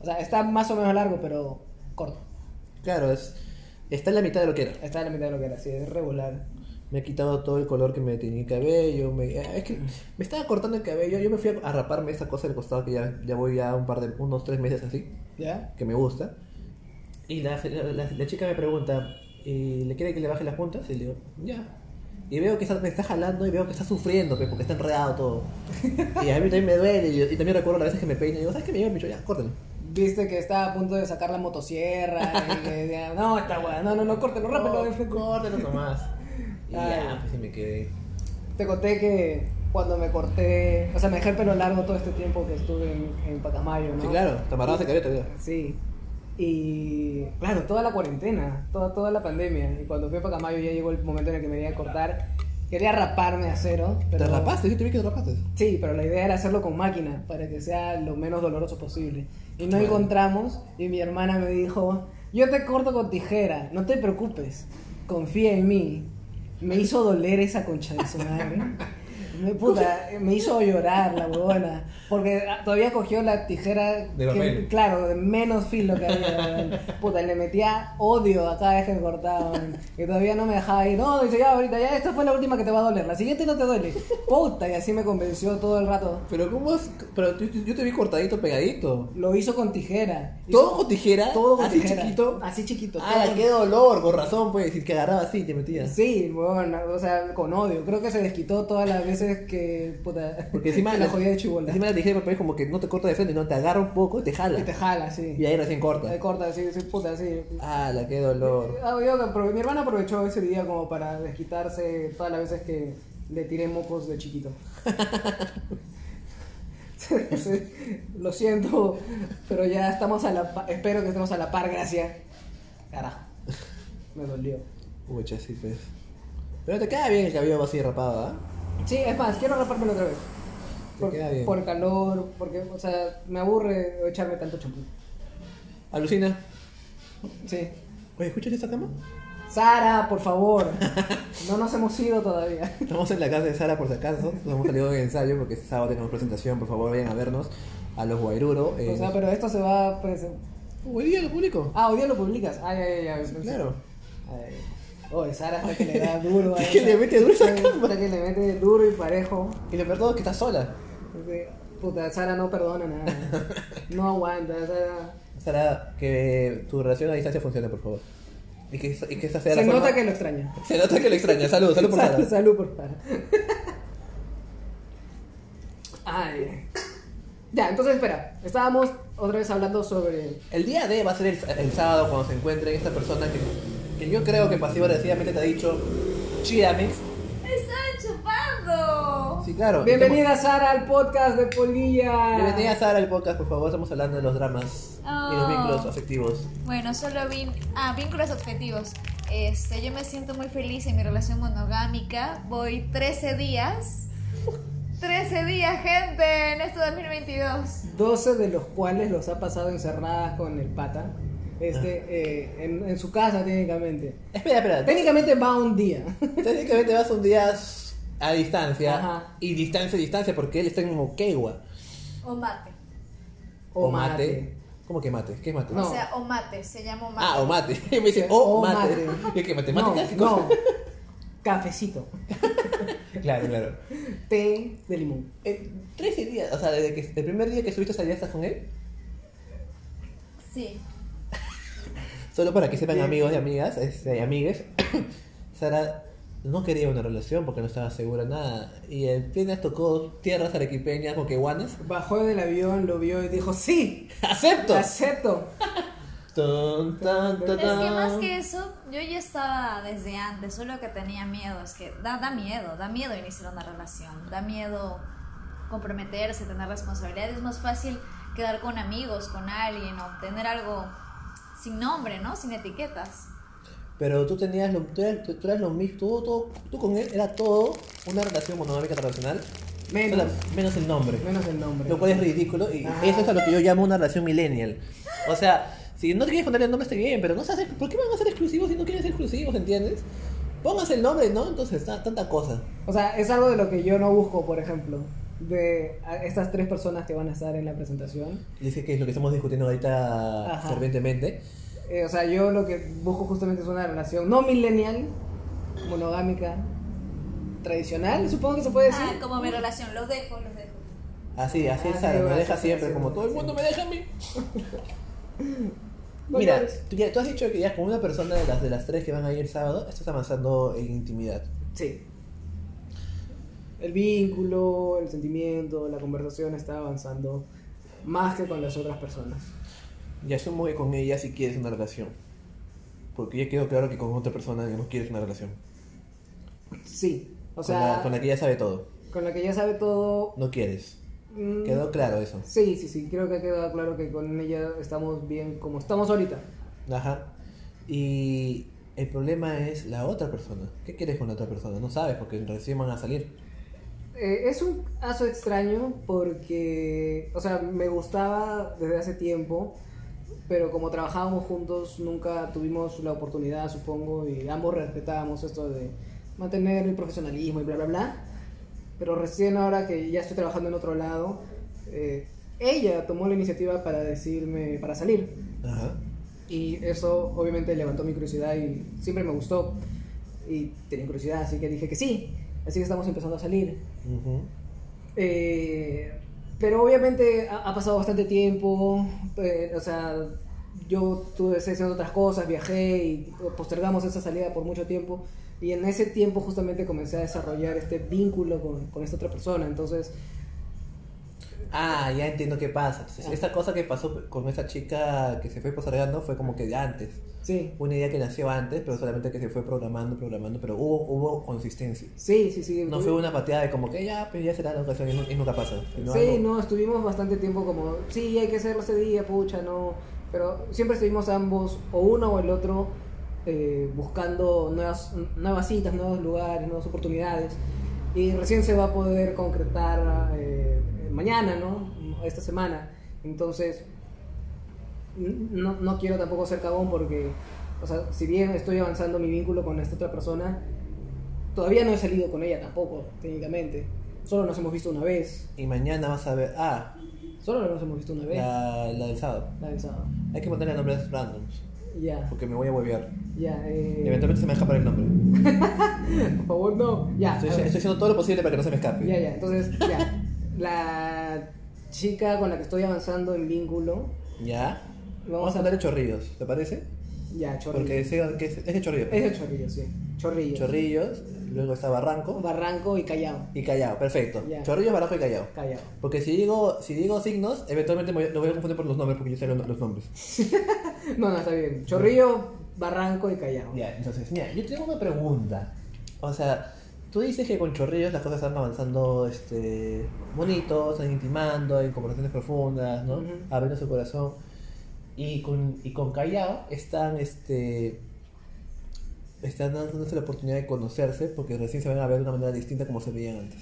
Speaker 3: O sea, está más o menos largo, pero corto.
Speaker 1: Claro, es. Está en la mitad de lo que era.
Speaker 3: Está en la mitad de lo que era, sí, es regular.
Speaker 1: Me he quitado todo el color que me tenía el cabello. Me, eh, es que me estaba cortando el cabello. Yo me fui a, a raparme esa cosa del costado que ya, ya voy ya un par de. unos tres meses así.
Speaker 3: ¿Ya?
Speaker 1: que me gusta. Y la, la- la chica me pregunta, ¿y ¿le quiere que le baje las puntas? Y le digo, ya. Y veo que está- me está jalando y veo que está sufriendo, pues, porque está enredado todo. Y a mí también me duele. Y, y también recuerdo las veces que me peino y digo, ¿sabes qué me llevo el bicho? Ya, córtalo.
Speaker 3: Viste que estaba a punto de sacar la motosierra y que decía, no, esta weá, no, no, no, córtelo, rápido de frente".
Speaker 1: córtalo nomás. Y
Speaker 3: Ay.
Speaker 1: ya, pues sí me quedé.
Speaker 3: Te conté que cuando me corté, o sea, me dejé el pelo largo todo este tiempo que estuve en, en Pacamayo, ¿no?
Speaker 1: Sí, claro, te amarrabas el cabello todavía.
Speaker 3: Sí. Y claro, toda la cuarentena, toda, toda la pandemia. Y cuando fui a Pacamayo ya llegó el momento en el que me iba a cortar. Quería raparme a cero. Pero,
Speaker 1: ¿Te rapaste? Sí, te vi que te rapaste.
Speaker 3: Sí, pero la idea era hacerlo con máquina para que sea lo menos doloroso posible. Y no
Speaker 1: Claro.
Speaker 3: encontramos y mi hermana me dijo, yo te corto con tijera, no te preocupes, confía en mí. Me hizo doler esa concha de su madre. Me, puta, me hizo llorar la huevona. Porque todavía cogió la tijera.
Speaker 1: De
Speaker 3: que-
Speaker 1: papel.
Speaker 3: claro, de menos filo que había. weón. Puta, le metía odio a cada vez que me cortaban. Y todavía no me dejaba ir. No, dice ya ahorita, ya esta fue la última que te va a doler. La siguiente no te duele. Puta, y así me convenció todo el rato.
Speaker 1: Pero ¿cómo es? Pero yo, yo te vi cortadito, pegadito.
Speaker 3: Lo hizo con tijera.
Speaker 1: ¿Todo con tijera?
Speaker 3: Todo con
Speaker 1: ¿Así
Speaker 3: tijera.
Speaker 1: chiquito?
Speaker 3: Así chiquito.
Speaker 1: Ah,
Speaker 3: todo.
Speaker 1: qué dolor, con razón, pues, y que agarraba así y te metías.
Speaker 3: Sí, bueno, o sea, con odio. Creo que se desquitó todas las veces que, puta,
Speaker 1: Porque encima
Speaker 3: que la jodía de chibola.
Speaker 1: Encima la tijera de papel es como que no te corta de frente, no te agarra un poco y te jala.
Speaker 3: Y
Speaker 1: Y,
Speaker 3: te jala, sí.
Speaker 1: ahí recién
Speaker 3: Te
Speaker 1: corta.
Speaker 3: corta, sí, sí, puta, sí.
Speaker 1: Ah, la qué dolor.
Speaker 3: Ah, yo que aprove- mi hermana aprovechó ese día como para desquitarse todas las veces que le tiré mocos de chiquito. Lo siento, pero ya estamos a la par. Espero que estemos a la par, gracias. Carajo, me dolió.
Speaker 1: Uy, sí, pues. Pero te queda bien el cabello así rapado, ¿ah?
Speaker 3: Sí, es más, quiero rapármelo otra vez.
Speaker 1: Te
Speaker 3: Por,
Speaker 1: queda bien.
Speaker 3: por calor, porque, o sea, me aburre echarme tanto champú.
Speaker 1: Alucina.
Speaker 3: Sí.
Speaker 1: Oye, ¿escuchas esta cama?
Speaker 3: Sara, por favor, no nos hemos ido todavía.
Speaker 1: Estamos en la casa de Sara por si acaso. Nos hemos salido de ensayo porque este sábado tenemos presentación. Por favor, vayan a vernos a los Guairuro. eh.
Speaker 3: O sea, pero esto se va. Pues,
Speaker 1: Hoy día lo público.
Speaker 3: ah, hoy día lo publicas. Ay, ay, ay. ay
Speaker 1: Ah, Claro.
Speaker 3: Ay. Oye, Oh, Sara hasta que le da duro. a
Speaker 1: Es que
Speaker 3: ella.
Speaker 1: le mete duro esa
Speaker 3: Ay,
Speaker 1: cama.
Speaker 3: Hasta que le mete duro y parejo.
Speaker 1: Y lo peor todo es que estás sola.
Speaker 3: Este, Puta, Sara no perdona nada. No aguanta, Sara.
Speaker 1: Sara, que tu relación a distancia funcione, por favor. Y que, y que esa sea
Speaker 3: Se
Speaker 1: la
Speaker 3: nota
Speaker 1: forma-
Speaker 3: que lo extraña.
Speaker 1: Se nota que lo extraña. Salud, salud por Sara.
Speaker 3: Sal- Salud por Sara. Ay. Ya, entonces espera. Estábamos otra vez hablando sobre.
Speaker 1: El día D va a ser el, el sábado cuando se encuentre esta persona que, que yo creo que pasivo agresivamente te ha dicho Chiramix.
Speaker 4: ¡Están chupando!
Speaker 1: Sí, claro.
Speaker 3: Bienvenida Sara al podcast de Polilla.
Speaker 1: Estamos- Bienvenida Sara al podcast, por favor. Estamos hablando de los dramas y los
Speaker 4: Oh.
Speaker 1: vínculos afectivos.
Speaker 4: Bueno, solo vin ah, vínculos objetivos. Este, yo me siento muy feliz en mi relación monogámica. Voy 13 días. 13 días, gente, en este 2022.
Speaker 3: 12 de los cuales los ha pasado encerradas con el pata. Este,
Speaker 1: Ah.
Speaker 3: eh, en, en su casa técnicamente.
Speaker 1: Espera, espera.
Speaker 3: Técnicamente va un día.
Speaker 1: Técnicamente vas un día s- a distancia.
Speaker 3: Ajá.
Speaker 1: Y distancia, distancia, porque él está en Moquegua.
Speaker 4: O mate.
Speaker 3: O, mate.
Speaker 1: ¿Cómo que mate? ¿Qué es mate?
Speaker 3: No.
Speaker 4: O sea, o mate, se llama o mate.
Speaker 1: Ah, o mate. Y me dice, oh,
Speaker 3: O
Speaker 1: mate.
Speaker 3: mate.
Speaker 1: ¿Qué, qué, matemáticas?
Speaker 3: No, no. Cafecito.
Speaker 1: Claro, claro.
Speaker 3: Té de limón.
Speaker 1: Eh, 13 días, o sea, desde que el primer día que estuviste a estás con él.
Speaker 4: Sí.
Speaker 1: Solo para que sepan
Speaker 3: Bien.
Speaker 1: amigos y amigas, este, amigues, Sara no quería una relación porque no estaba segura de nada. Y en plenas tocó tierras arequipeñas, moquehuanas.
Speaker 3: Bajó del avión, lo vio y dijo, sí,
Speaker 1: ¡Acepto!
Speaker 3: acepto.
Speaker 1: Tun, tan, ta,
Speaker 4: Es que
Speaker 1: tan.
Speaker 4: más que eso, yo ya estaba desde antes, solo que tenía miedo, es que da, da miedo, da miedo iniciar una relación, da miedo comprometerse, tener responsabilidades, es más fácil quedar con amigos, con alguien o tener algo sin nombre, ¿no? Sin etiquetas.
Speaker 1: Pero tú tenías lo, tú eras, tú- tú eras lo mismo, tú, tú- tú con él era todo una relación monogámica tradicional,
Speaker 3: Menos,
Speaker 1: sola- menos el nombre.
Speaker 3: menos el nombre.
Speaker 1: Lo cual es ridículo y
Speaker 3: Ah.
Speaker 1: eso es a lo que yo llamo una relación millennial. O sea, si no te quieres poner el nombre está bien, pero no se hace- ¿por qué van a ser exclusivos si no quieren ser exclusivos, entiendes? Pónganse el nombre, ¿no? Entonces, ta- tanta cosa.
Speaker 3: O sea, es algo de lo que yo no busco, por ejemplo, de a- estas tres personas que van a estar en la presentación.
Speaker 1: Dice que es lo que estamos discutiendo ahorita
Speaker 3: Ajá.
Speaker 1: fervientemente.
Speaker 3: Eh, o sea, yo lo que busco justamente es una relación no millennial, monogámica, tradicional, supongo que se puede
Speaker 4: Ah,
Speaker 3: decir.
Speaker 4: como mi relación, los dejo, los dejo.
Speaker 1: Así, así es
Speaker 3: Ah,
Speaker 1: Sara,
Speaker 3: sí,
Speaker 1: me
Speaker 3: bueno,
Speaker 1: deja
Speaker 3: sí,
Speaker 1: siempre,
Speaker 3: sí,
Speaker 1: como
Speaker 3: sí,
Speaker 1: todo el
Speaker 3: sí.
Speaker 1: mundo me deja a mí.
Speaker 3: No
Speaker 1: Mira,
Speaker 3: llores.
Speaker 1: tú, ya- tú has dicho que ya con una persona de las de las tres que van a ir el sábado, estás avanzando en intimidad.
Speaker 3: Sí. El vínculo, el sentimiento, la conversación está avanzando más que con las otras personas.
Speaker 1: Y asumo que con ella sí quieres una relación. Porque ya quedó claro que con otra persona no quieres una relación.
Speaker 3: Sí. O
Speaker 1: con,
Speaker 3: sea,
Speaker 1: la, con la que ya sabe todo.
Speaker 3: que ya sabe todo.
Speaker 1: No quieres.
Speaker 3: mm,
Speaker 1: Quedó claro eso.
Speaker 3: Sí, sí, sí. Creo que ha quedado claro que con ella estamos bien como estamos ahorita.
Speaker 1: Ajá. Y el problema es la otra persona. ¿Qué quieres con la otra persona? No sabes porque recién van a salir.
Speaker 3: Eh, es un caso extraño porque, o sea, me gustaba desde hace tiempo, pero como trabajábamos juntos nunca tuvimos la oportunidad, supongo, y ambos respetábamos esto de mantener el profesionalismo y bla, bla, bla. Pero recién ahora que ya estoy trabajando en otro lado, eh, ella tomó la iniciativa para decirme, para salir.
Speaker 1: Ajá.
Speaker 3: Y eso obviamente levantó mi curiosidad y siempre me gustó. Y tenía curiosidad, así que dije que sí. Así que estamos empezando a salir.
Speaker 1: Ujú.
Speaker 3: Eh, pero obviamente ha, ha pasado bastante tiempo, eh, o sea, yo estuve haciendo otras cosas, viajé y postergamos esa salida por mucho tiempo. Y en ese tiempo justamente comencé a desarrollar este vínculo con, con esta otra persona. Entonces,
Speaker 1: Ah, ya entiendo qué pasa. Entonces, esta cosa que pasó con esa chica que se fue postergando fue como que de antes.
Speaker 3: sí,
Speaker 1: Una idea que nació antes, pero solamente que se fue programando, programando, pero hubo, hubo consistencia.
Speaker 3: sí, sí, sí.
Speaker 1: No fue una pateada de como que ya, pues ya será la ocasión y, nu- y nunca pasa. sino
Speaker 3: Sí,
Speaker 1: algo-
Speaker 3: no, estuvimos bastante tiempo como, sí, hay que hacerlo ese día, pucha, no. Pero siempre estuvimos ambos, o uno o el otro, eh, buscando nuevas, nuevas citas, nuevos lugares, nuevas oportunidades. Y recién se va a poder concretar eh, mañana, ¿no? Esta semana. Entonces, n- no, no quiero tampoco ser cabón porque, o sea, si bien estoy avanzando mi vínculo con esta otra persona, todavía no he salido con ella tampoco, técnicamente. Solo nos hemos visto una vez.
Speaker 1: Y mañana vas a ver. Ah,
Speaker 3: Solo nos hemos visto una vez.
Speaker 1: la, la del sábado.
Speaker 3: La del sábado.
Speaker 1: Hay que ponerle nombres randoms,
Speaker 3: Ya,
Speaker 1: porque me voy a volver.
Speaker 3: ya. Eh,
Speaker 1: Eventualmente se me escapa el nombre.
Speaker 3: por favor, no. Ya.
Speaker 1: Estoy,
Speaker 3: Ah, a ver.
Speaker 1: estoy haciendo todo lo posible para que no se me escape.
Speaker 3: Ya, ya. Entonces, ya. La chica con la que estoy avanzando en vínculo.
Speaker 1: Ya. Vamos, a
Speaker 3: a-
Speaker 1: hablar de chorrillos, ¿te parece?
Speaker 3: Ya, chorrillo.
Speaker 1: Porque es, que es, es de chorrillos.
Speaker 3: Es de chorrillo, sí. Chorrillo.
Speaker 1: Chorrillos, luego está Barranco
Speaker 3: Barranco y Callao.
Speaker 1: y Callao, perfecto.
Speaker 3: Ya.
Speaker 1: Chorrillos, Barranco y Callao.
Speaker 3: Callao.
Speaker 1: Porque si digo, si digo signos, eventualmente me voy- lo voy a confundir por los nombres, porque yo sé los, los nombres.
Speaker 3: No, no, está bien. Chorrillo, Barranco y Callao.
Speaker 1: Ya, entonces, mira, yo tengo una pregunta. O sea, tú dices que con chorrillos las cosas están avanzando este, bonito, están intimando, en conversaciones profundas, ¿no?
Speaker 3: Ujú.
Speaker 1: Abriendo su corazón. Y con, y con Callao están, este, están dándose la oportunidad de conocerse, porque recién se van a ver de una manera distinta como se veían antes.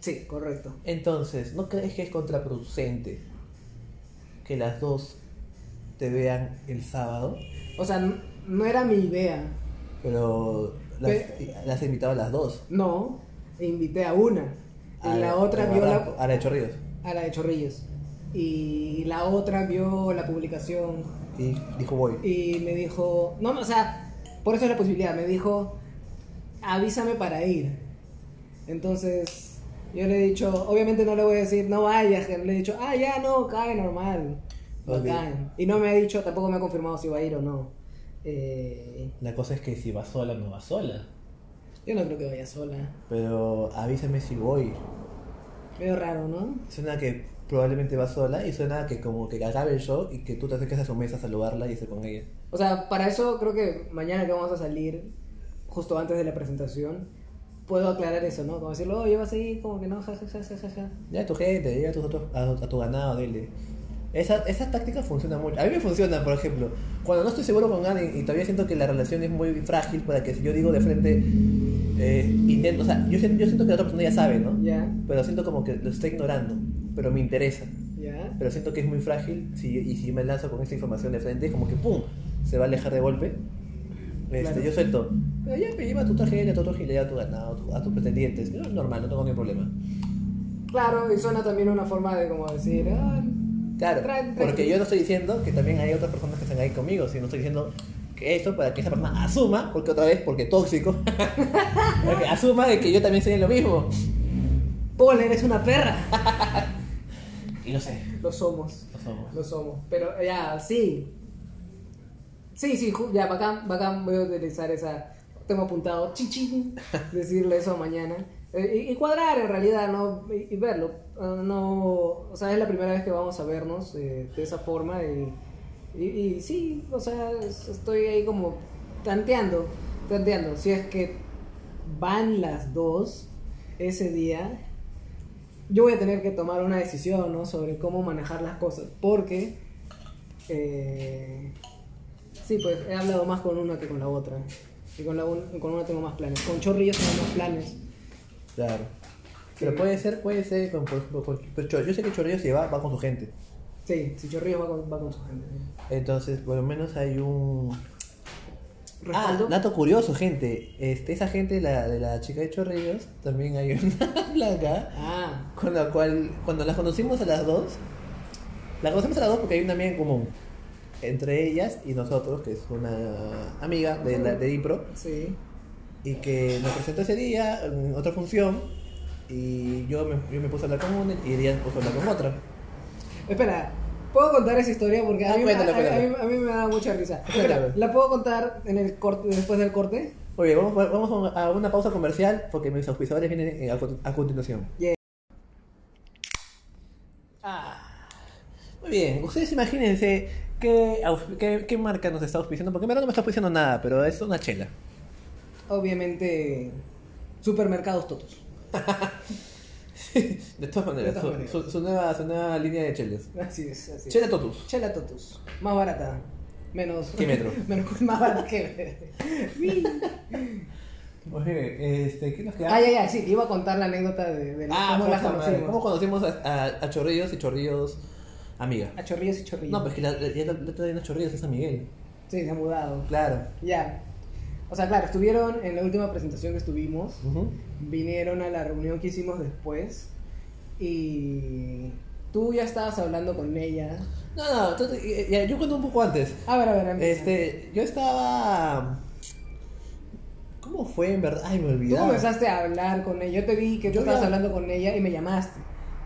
Speaker 3: Sí, correcto.
Speaker 1: Entonces, ¿no crees que es contraproducente que las dos te vean el sábado?
Speaker 3: O sea, n- no era mi idea.
Speaker 1: Pero las, las he invitado a las dos.
Speaker 3: No, e invité a una. Y
Speaker 1: A-
Speaker 3: la otra
Speaker 1: a
Speaker 3: vio la,
Speaker 1: Barranco- A la de Chorrillos.
Speaker 3: a la de Chorrillos. Y la otra vio la publicación
Speaker 1: Y dijo voy.
Speaker 3: y me dijo, no, no, o sea, por eso es la posibilidad, me dijo, avísame para ir. Entonces, yo le he dicho, obviamente no le voy a decir, no vayas, le he dicho, ah, ya, no, cae normal. No
Speaker 1: Ok.
Speaker 3: cae. Y no me ha dicho, tampoco me ha confirmado si va a ir o no. Eh,
Speaker 1: La cosa es que si va sola, no va sola.
Speaker 3: yo no creo que vaya sola.
Speaker 1: Pero avísame si voy.
Speaker 3: Medio raro, ¿no?
Speaker 1: Suena que probablemente va sola y suena que como que acabe el show y que tú te acerques a su mesa a saludarla y esté con ella.
Speaker 3: O sea, para eso creo que mañana que vamos a salir, justo antes de la presentación, puedo aclarar eso, ¿no? Como decirlo, oye, vas a ir, como que no, ja, ja, ja, ja, ja, ja.
Speaker 1: Ya a tu gente, ya a tu, a tu, a tu ganado, dile. Esa, esa táctica funciona mucho. A mí me funciona, por ejemplo, cuando no estoy seguro con alguien y todavía siento que la relación es muy frágil, para que si yo digo de frente, eh, intento, o sea, yo, sien- yo siento que la otra persona ya sabe, ¿no?
Speaker 3: Ya,
Speaker 1: Pero siento como que lo está ignorando, pero me interesa.
Speaker 3: ya.
Speaker 1: Pero siento que es muy frágil si, y si me lanzo con esta información de frente, es como que ¡pum! Se va a alejar de golpe. Este,
Speaker 3: Claro.
Speaker 1: Yo suelto. "Pero Ya, pero lleva tu tarjeta, tu tarjeta, a tu ganado, tu- a tus pretendientes. No, normal, no tengo ningún problema.
Speaker 3: Claro, y suena también una forma de como decir, ah,
Speaker 1: Claro,
Speaker 3: Tran-
Speaker 1: porque
Speaker 3: tranquilo.
Speaker 1: yo no estoy diciendo que también hay otras personas que están ahí conmigo, sino estoy diciendo que esto para que esa persona asuma, porque otra vez, porque tóxico, para que asuma de que yo también soy en lo mismo.
Speaker 3: Paul, eres una perra.
Speaker 1: Y no sé,
Speaker 3: Lo somos,
Speaker 1: no somos.
Speaker 3: lo somos. Pero ya, sí. Sí, sí, ju- ya, bacán, bacán, voy a utilizar esa. Tengo apuntado, chin, chin, decirle eso mañana. Eh, y, y cuadrar en realidad, ¿no? Y, y verlo. Ah, no, o sea, es la primera vez que vamos a vernos eh, de esa forma. Y, y, y sí, o sea, es- estoy ahí como tanteando, tanteando. Si es que van las dos ese día, yo voy a tener que tomar una decisión, ¿no? Sobre cómo manejar las cosas. Porque. eh, sí, pues he hablado más con una que con la otra. Y con, la un- con una tengo más planes. Con Chorrillos tengo más planes.
Speaker 1: Claro. Pero
Speaker 3: Sí.
Speaker 1: puede ser, puede ser, con, pues, con- con- pero Chor- yo sé que Chorrillos se va, va con su gente.
Speaker 3: Sí, si Chorrillos va con, va con su gente. ¿eh? ¿sí?
Speaker 1: Entonces, por lo menos hay un...
Speaker 3: Respaldo.
Speaker 1: Ah, dato curioso, gente. Este, esa gente, la de la chica de Chorrillos, también hay una blanca.
Speaker 3: Ah,
Speaker 1: con la cual, cuando las conocimos a las dos, las conocimos a las dos porque hay una amiga en común entre ellas y nosotros, que es una amiga de, la- de Impro,
Speaker 3: sí.
Speaker 1: y que nos presentó ese día en otra función, y yo me, yo me puse a hablar con una y ella se puso a hablar con otra.
Speaker 3: Espera, ¿puedo contar esa historia? Porque a
Speaker 1: Ah,
Speaker 3: mí,
Speaker 1: cuéntala,
Speaker 3: a- a-
Speaker 1: cuéntala.
Speaker 3: a mí- a mí me da mucha risa.
Speaker 1: Cuéntala.
Speaker 3: Espera, ¿la puedo contar en el corte, después del corte?
Speaker 1: Muy bien, vamos, vamos a una pausa comercial porque mis auspiciadores vienen eh, a continu- a continuación.
Speaker 3: Ah,
Speaker 1: Muy bien, ustedes imagínense qué, aus- qué, qué marca nos está auspiciando, porque en verdad no me está auspiciando nada, pero es una chela.
Speaker 3: obviamente, supermercados totos.
Speaker 1: De todas maneras,
Speaker 3: De todas
Speaker 1: su-
Speaker 3: maneras.
Speaker 1: Su, su nueva, su nueva línea de chelas.
Speaker 3: Así es, así es.
Speaker 1: Chela Totus.
Speaker 3: Chela Totus, más barata. Menos.
Speaker 1: ¿Qué metro?
Speaker 3: menos más barata que.
Speaker 1: Oye, este, ¿qué nos queda?
Speaker 3: ay, ay, ay, sí, iba a contar la anécdota de, de
Speaker 1: Ah,
Speaker 3: cómo
Speaker 1: puta
Speaker 3: las
Speaker 1: madre,
Speaker 3: conocimos.
Speaker 1: ¿Cómo conocimos a, a- a Chorrillos y Chorrillos amiga?
Speaker 3: A chorrillos y chorrillos.
Speaker 1: No, pues que la, la, ya la, la otra de Chorrillos es a Miguel.
Speaker 3: Sí, se ha mudado.
Speaker 1: Claro.
Speaker 3: Ya. O sea, claro, estuvieron en la última presentación que estuvimos.
Speaker 1: Ujú.
Speaker 3: Vinieron a la reunión que hicimos después. Y. Tú ya estabas hablando con ella.
Speaker 1: No, no, entonces, eh, ya, yo cuento un poco antes.
Speaker 3: A ver, a ver, empieza.
Speaker 1: Este, yo estaba... ¿Cómo fue en verdad? Ay, me
Speaker 3: Tú
Speaker 1: olvidaba.
Speaker 3: comenzaste a hablar con ella. Yo te vi que tú
Speaker 1: Yo
Speaker 3: estabas
Speaker 1: ya-
Speaker 3: hablando con ella y me llamaste.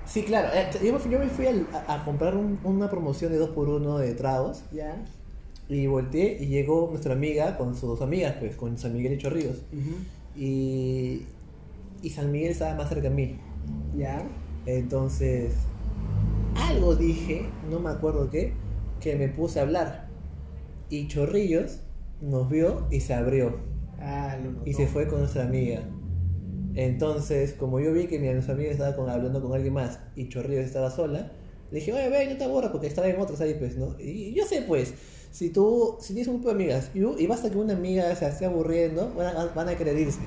Speaker 1: Sí, claro. eh, Yo me fui, yo me fui al- a, a comprar un- una promoción de 2x1 de tragos.
Speaker 3: ¿Ya?
Speaker 1: Y volteé y llegó nuestra amiga con sus dos amigas, pues, con San Miguel y Chorrillos. Y, y San Miguel estaba más cerca de mí.
Speaker 3: ¿Ya?
Speaker 1: Entonces, algo dije, no me acuerdo qué, que me puse a hablar. Y Chorrillos nos vio y se abrió.
Speaker 3: Ah, lo
Speaker 1: Y se fue con nuestra amiga. Entonces, como yo vi que mi nuestra amiga estaba con- hablando con alguien más y Chorrillos estaba sola, le dije, oye, ven, no te aburras porque estaba en otras ahí, pues, ¿no? Y yo sé, pues, si tú, si tienes un grupo de amigas y, u- y basta que una amiga se esté aburriendo, van a, van a querer irse.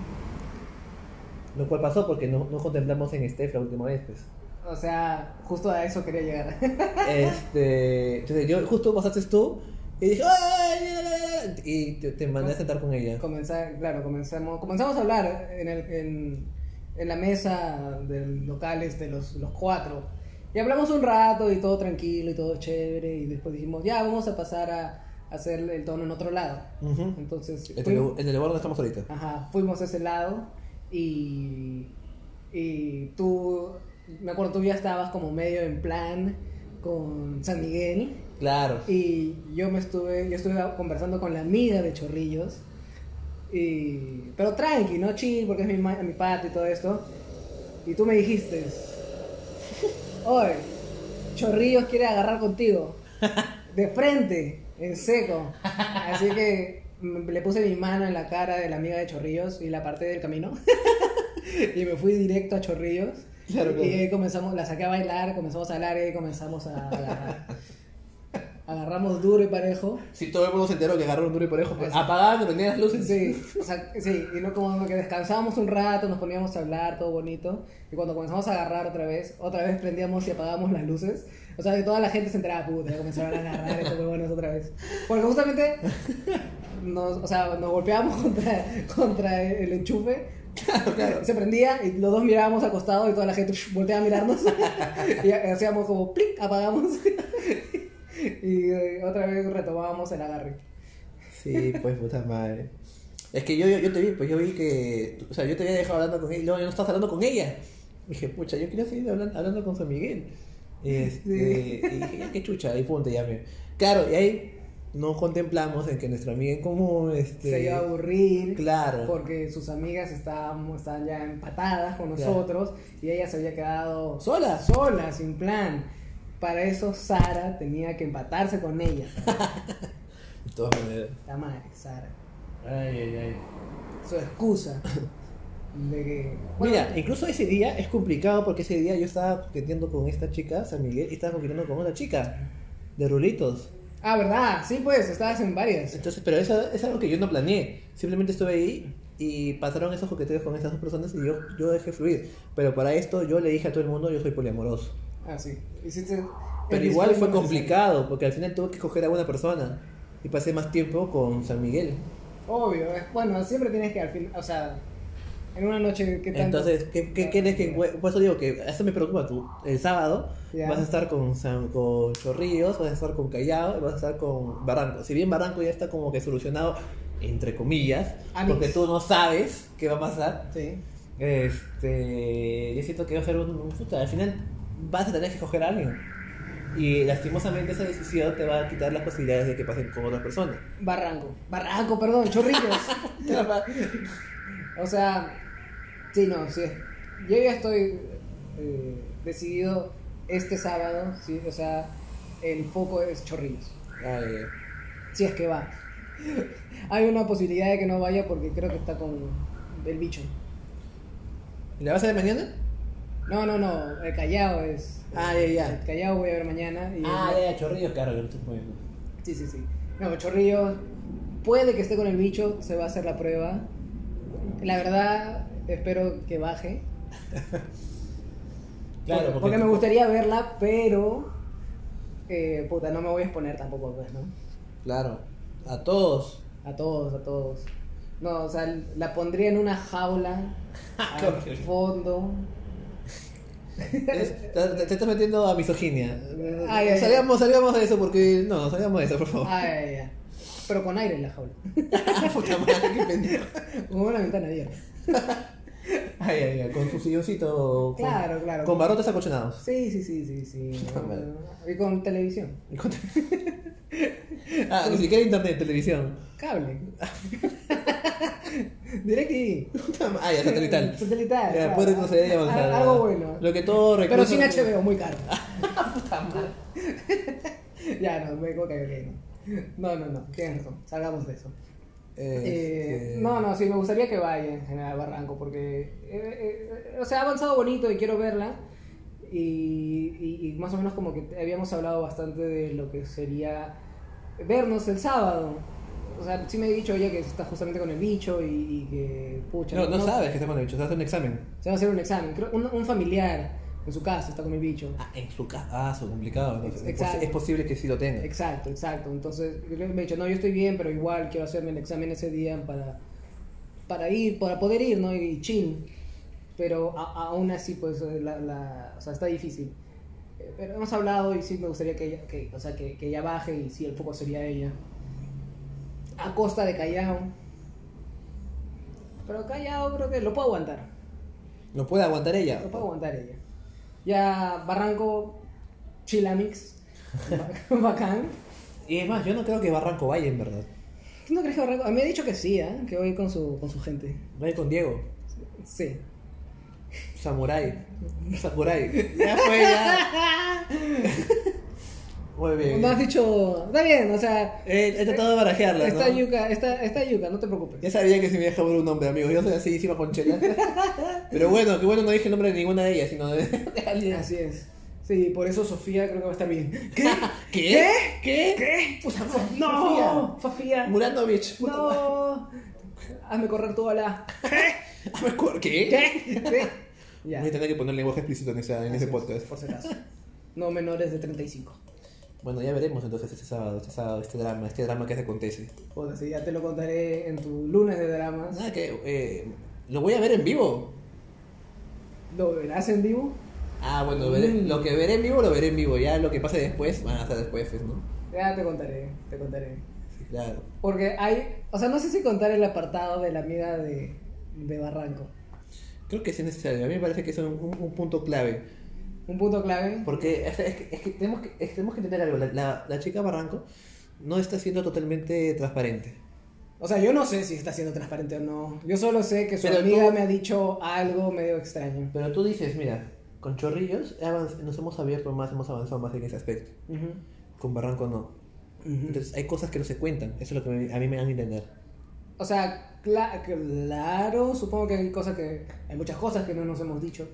Speaker 1: Lo cual pasó porque no, no contemplamos en Steph la última vez, pues.
Speaker 3: O sea, justo a eso quería llegar.
Speaker 1: Este, entonces yo justo pasaste tú y dije, "Ay, la, la, la", y te, te mandé a sentar con ella.
Speaker 3: Comenzar, claro, comenzamos, comenzamos a hablar en, el, en, en la mesa de locales de los, los cuatro. Y hablamos un rato y todo tranquilo y todo chévere. Y después dijimos, ya, vamos a pasar a, a hacer el tono en otro lado.
Speaker 1: Ujú.
Speaker 3: Entonces,
Speaker 1: En el,
Speaker 3: fuimos,
Speaker 1: en el lugar donde estamos ahorita.
Speaker 3: ajá, fuimos a ese lado y, y tú, me acuerdo, tú ya estabas como medio en plan con San Miguel.
Speaker 1: Claro.
Speaker 3: Y yo me estuve, yo estuve conversando con la amiga de Chorrillos. Y, pero tranqui, no chill, porque es mi, ma- mi pata y todo esto. Y tú me dijiste, oye, Chorrillos quiere agarrar contigo. De frente, en seco. Así que m- le puse mi mano en la cara de la amiga de Chorrillos y la parte del camino. y me fui directo a Chorrillos.
Speaker 1: Claro,
Speaker 3: Y
Speaker 1: claro.
Speaker 3: ahí comenzamos, la saqué a bailar, comenzamos a hablar y ahí comenzamos a agarrar. agarramos duro y parejo.
Speaker 1: Si todo el mundo se enteró que agarraron duro y parejo, pues apagaban, prendían las luces.
Speaker 3: Sí, o sea, sí, y no como que descansábamos un rato, nos poníamos a hablar, todo bonito. Y cuando comenzamos a agarrar otra vez, otra vez prendíamos y apagábamos las luces. O sea, que toda la gente se enteraba, puta, ya comenzaron a agarrar estos huevones otra vez. Porque justamente nos, o sea, nos golpeábamos contra, contra el enchufe. Se prendía y los dos mirábamos al costado y toda la gente psh, volteaba a mirarnos. y hacíamos como plic, apagamos. y eh, otra vez retomábamos el agarre.
Speaker 1: Sí, pues puta madre. Es que yo, yo, yo te vi, pues yo vi que. O sea, yo te había dejado hablando con ella y luego ya no estás hablando con ella. Dije, pucha, yo quería seguir hablando, hablando con San Miguel. Este, Y dije, ya qué chucha, y punto, ya me. Claro, y ahí no contemplamos en que nuestra amiga en común. Este,
Speaker 3: se iba a aburrir
Speaker 1: Claro.
Speaker 3: porque sus amigas estaban, estaban ya empatadas con nosotros y ella se había quedado sola, sola, sin plan. Para eso Sara tenía que empatarse con ella.
Speaker 1: De todas maneras.
Speaker 3: La madre, Sara.
Speaker 1: Ay, ay, ay.
Speaker 3: Su excusa de que... bueno,
Speaker 1: Mira, incluso ese día es complicado porque ese día yo estaba coqueteando con esta chica, San Miguel, y estaba coqueteando con otra chica, de rulitos.
Speaker 3: Ah, ¿verdad? Sí, pues, estabas en varias.
Speaker 1: Entonces, pero eso es algo que yo no planeé. Simplemente estuve ahí y pasaron esos coqueteos con esas dos personas y yo, yo dejé fluir. Pero para esto yo le dije a todo el mundo, yo soy poliamoroso.
Speaker 3: Ah, sí. Hiciste...
Speaker 1: Pero igual fue complicado porque al final tuve que escoger a una persona y pasé más tiempo con San Miguel.
Speaker 3: Obvio, es- bueno, siempre tienes que al fin, o sea, en una noche que tanto...
Speaker 1: Entonces, ¿qué, qué quieres que encue- Por eso digo que eso me preocupa tú. El sábado
Speaker 3: Ya.
Speaker 1: vas a estar con, San- con Chorrillos, vas a estar con Callao y vas a estar con Barranco. Si bien Barranco ya está como que solucionado, entre comillas,
Speaker 3: Amigos.
Speaker 1: porque tú no sabes qué va a pasar.
Speaker 3: Sí.
Speaker 1: Este, yo siento que va a ser un, un puta. Al final vas a tener que escoger a alguien. Y lastimosamente esa decisión te va a quitar las posibilidades de que pasen con otra persona.
Speaker 3: Barranco. Barranco, perdón, chorrillos. o sea, sí, no, sí. Yo ya estoy eh, decidido este sábado, sí, o sea, el foco es chorrillos.
Speaker 1: Ay,
Speaker 3: Si es que va. Hay una posibilidad de que no vaya porque creo que está con el bicho.
Speaker 1: ¿Y la vas a ver mañana?
Speaker 3: No, no, no, el Callao es.
Speaker 1: Ah, ya, ya.
Speaker 3: El Callao voy a ver mañana. Y
Speaker 1: Ah, ya, ya, Chorrillos, claro, yo no estoy moviendo.
Speaker 3: Sí, sí, sí. No, Chorrillo puede que esté con el bicho, se va a hacer la prueba. La verdad, espero que baje.
Speaker 1: Claro,
Speaker 3: porque, porque me gustaría verla, pero. eh, puta, no me voy a exponer tampoco, pues, ¿no?
Speaker 1: Claro, a todos.
Speaker 3: A todos, a todos. No, o sea, la pondría en una jaula al fondo.
Speaker 1: Es- Te, te- te estás metiendo a misoginia.
Speaker 3: Ay, ay, Ah.
Speaker 1: salgamos, salgamos de eso porque. No, salgamos de eso, por favor.
Speaker 3: Ay, ay, ay. Pero con aire en la jaula.
Speaker 1: Puta madre, qué pendejo.
Speaker 3: Con una ventana abierta.
Speaker 1: Ay, ay, ay, con su silloncito. con-
Speaker 3: Claro, claro.
Speaker 1: Con barrotes acolchonados.
Speaker 3: Sí, sí, sí, sí, sí.
Speaker 1: Puta madre.
Speaker 3: Y con televisión.
Speaker 1: Y con- ah, ni siquiera internet, televisión.
Speaker 3: Cable. DirecTV.
Speaker 1: Puta ma- Ay, ya, satelital.
Speaker 3: Satelital,
Speaker 1: Ya,
Speaker 3: claro.
Speaker 1: puede retroceder y avanzar.
Speaker 3: Algo bueno.
Speaker 1: Lo que todo
Speaker 3: Pero
Speaker 1: recluso-
Speaker 3: sin HBO, muy caro.
Speaker 1: Ah,
Speaker 3: ya, no, me coca que no. No, no, no, tienes razón, salgamos de eso.
Speaker 1: Este-
Speaker 3: Eh, no, no, sí, me gustaría que vaya en general Barranco, porque, eh, eh, o sea, ha avanzado bonito y quiero verla. Y, y- y más o menos como que habíamos hablado bastante de lo que sería vernos el sábado. O sea, sí me he dicho ella que está justamente con el bicho y, y que, pucha,
Speaker 1: No, no sabes que está con el bicho, estás haciendo un examen.
Speaker 3: se va a hacer un examen. Creo- un, un familiar en su casa está con el bicho.
Speaker 1: Ah, en su casa. Ah, eso complicado. ¿no?
Speaker 3: Ex-
Speaker 1: Es
Speaker 3: exacto.
Speaker 1: posi- es posible que sí lo tenga.
Speaker 3: Exacto, exacto. Entonces, yo le he dicho, no, yo estoy bien, pero igual quiero hacerme el examen ese día para, para ir, para poder ir, ¿no? Y chill. Pero a- aún así, pues, eh, la, la- o sea, está difícil. Eh, Pero hemos hablado y sí me gustaría que ella, que, o sea, que, que ella baje y sí, el foco sería ella. A costa de Callao. Pero Callao creo que lo puedo aguantar.
Speaker 1: ¿Lo puede aguantar ella?
Speaker 3: Lo puedo aguantar ella. Ya Barranco, Chilamix, ba- bacán.
Speaker 1: Y es más, yo no creo que Barranco vaya, en verdad.
Speaker 3: ¿Tú no crees que Barranco? Me ha dicho que sí, ¿ah? que voy con su, con su gente.
Speaker 1: Vaya con Diego.
Speaker 3: Sí.
Speaker 1: Samurai. Sakurai. Ya fue, ya. Muy bien.
Speaker 3: No has dicho. Está bien, o sea.
Speaker 1: Eh, he tratado de barajearla,
Speaker 3: Está
Speaker 1: ¿no?
Speaker 3: yuca, está, está yuca, no te preocupes.
Speaker 1: Ya sabía que se me iba a acabar un nombre, amigo. Yo soy así, encima con chela. Pero bueno, que bueno, no dije el nombre de ninguna de ellas, sino de...
Speaker 3: Así es. Sí, por eso Sofía creo que va a estar bien. ¿Qué?
Speaker 1: ¿Qué?
Speaker 3: ¿Qué? ¿Qué? Puta, Sofía.
Speaker 1: No.
Speaker 3: Sofía.
Speaker 1: Muranovich, puta madre.
Speaker 3: No. Hazme correr toda la.
Speaker 1: A ver, ¿cu- ¿Qué?
Speaker 3: ¿Qué? Ya.
Speaker 1: Voy a tener que poner lenguaje explícito en, esa, en ese podcast.
Speaker 3: Por si acaso. No menores de 35.
Speaker 1: Bueno, ya veremos entonces este sábado, este sábado, este drama, este drama que se acontece.
Speaker 3: Puta, sí, ya te lo contaré en tu lunes de dramas.
Speaker 1: Nada que eh, lo voy a ver en vivo.
Speaker 3: ¿Lo verás en vivo?
Speaker 1: Ah, bueno, lo, veré- lo que veré en vivo, lo veré en vivo. Ya lo que pase después, van a estar después, pues, ¿no?
Speaker 3: Ya te contaré, te contaré.
Speaker 1: Sí, claro.
Speaker 3: Porque hay. O sea, no sé si contar el apartado de la amiga de, de Barranco.
Speaker 1: Creo que sí es necesario. A mí me parece que es un, un- un punto clave.
Speaker 3: Un punto clave.
Speaker 1: Porque es, es que, es que tenemos que es que tenemos que entender algo. La, la- la chica Barranco no está siendo totalmente transparente.
Speaker 3: O sea, yo no sé si está siendo transparente o no. Yo solo sé que su
Speaker 1: Pero
Speaker 3: amiga
Speaker 1: tú-
Speaker 3: me ha dicho algo medio extraño.
Speaker 1: Pero tú dices, mira, con Chorrillos he avanz- nos hemos abierto más, hemos avanzado más en ese aspecto.
Speaker 3: Ujú.
Speaker 1: Con Barranco no.
Speaker 3: Ujú.
Speaker 1: Entonces hay cosas que no se cuentan. Eso es lo que me- a mí me dan a entender.
Speaker 3: O sea, cla- claro, supongo que hay cosas que. Hay muchas cosas que no nos hemos dicho.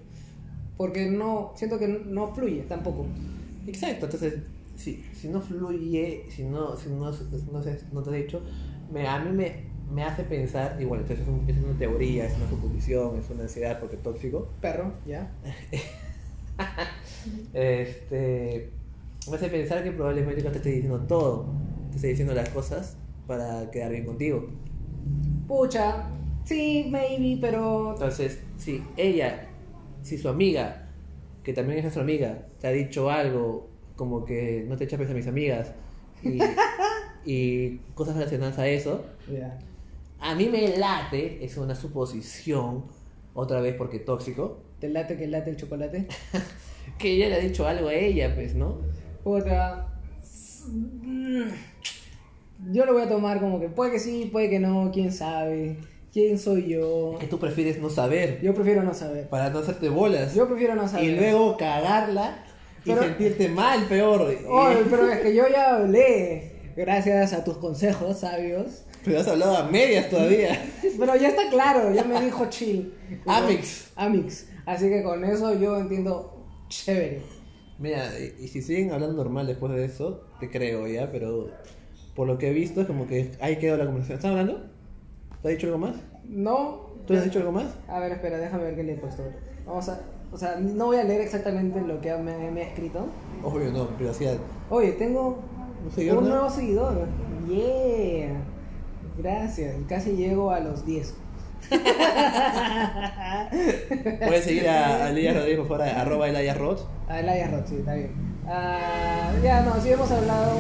Speaker 3: Porque no. Siento que no fluye tampoco.
Speaker 1: Exacto, entonces, si, si no fluye, si no, si no, no, sé, no te he dicho, me, a mí me, me hace pensar, igual, entonces es, un- es una teoría, es una suposición, es una ansiedad porque tóxico,
Speaker 3: Perro, ya.
Speaker 1: este, me hace pensar que probablemente no te esté diciendo todo, te esté diciendo las cosas para quedar bien contigo.
Speaker 3: Pucha. Sí, maybe, pero.
Speaker 1: Entonces, si ella, si su amiga, que también es nuestra amiga, te ha dicho algo como que no te chapes a mis amigas y, y cosas relacionadas a eso,
Speaker 3: Ya.
Speaker 1: A mí me late, es una suposición, otra vez porque tóxico,
Speaker 3: ¿Te late que late el chocolate?
Speaker 1: que ella le ha dicho algo a ella, pues, ¿no?
Speaker 3: Puta. Mm. Yo lo voy a tomar como que puede que sí, puede que no, quién sabe. ¿Quién soy yo?
Speaker 1: Que tú prefieres no saber,
Speaker 3: Yo prefiero no saber.
Speaker 1: para no hacerte bolas.
Speaker 3: Yo prefiero no saber.
Speaker 1: y luego cagarla y
Speaker 3: Pero-
Speaker 1: sentirte mal, peor. Y-
Speaker 3: Oye, pero es que yo ya hablé. Gracias a tus consejos sabios.
Speaker 1: Pero has hablado a medias todavía.
Speaker 3: Pero ya está claro, ya me dijo chill.
Speaker 1: Amix.
Speaker 3: Amix. Así que con eso yo entiendo chévere.
Speaker 1: Mira, y, y si siguen hablando normal después de eso, te creo ya, pero por lo que he visto es como que ahí quedó la conversación. ¿Estás hablando? ¿Te ha dicho algo más?
Speaker 3: No.
Speaker 1: ¿Tú le has dicho algo más?
Speaker 3: A ver, espera, déjame ver qué le he puesto. Vamos a. O sea, no voy a leer exactamente lo que me, me ha escrito.
Speaker 1: Obvio, no, privacidad.
Speaker 3: Oye, tengo
Speaker 1: Un seguidor
Speaker 3: un
Speaker 1: nuevo.
Speaker 3: nuevo seguidor. Yeah. Gracias. Casi llego a los 10.
Speaker 1: Puedes seguir a, a Lidia Rodríguez, por favor, a- arroba Elaya Rod.
Speaker 3: A Laia Roth, sí, está bien. Ah, ya, no, sí hemos hablado.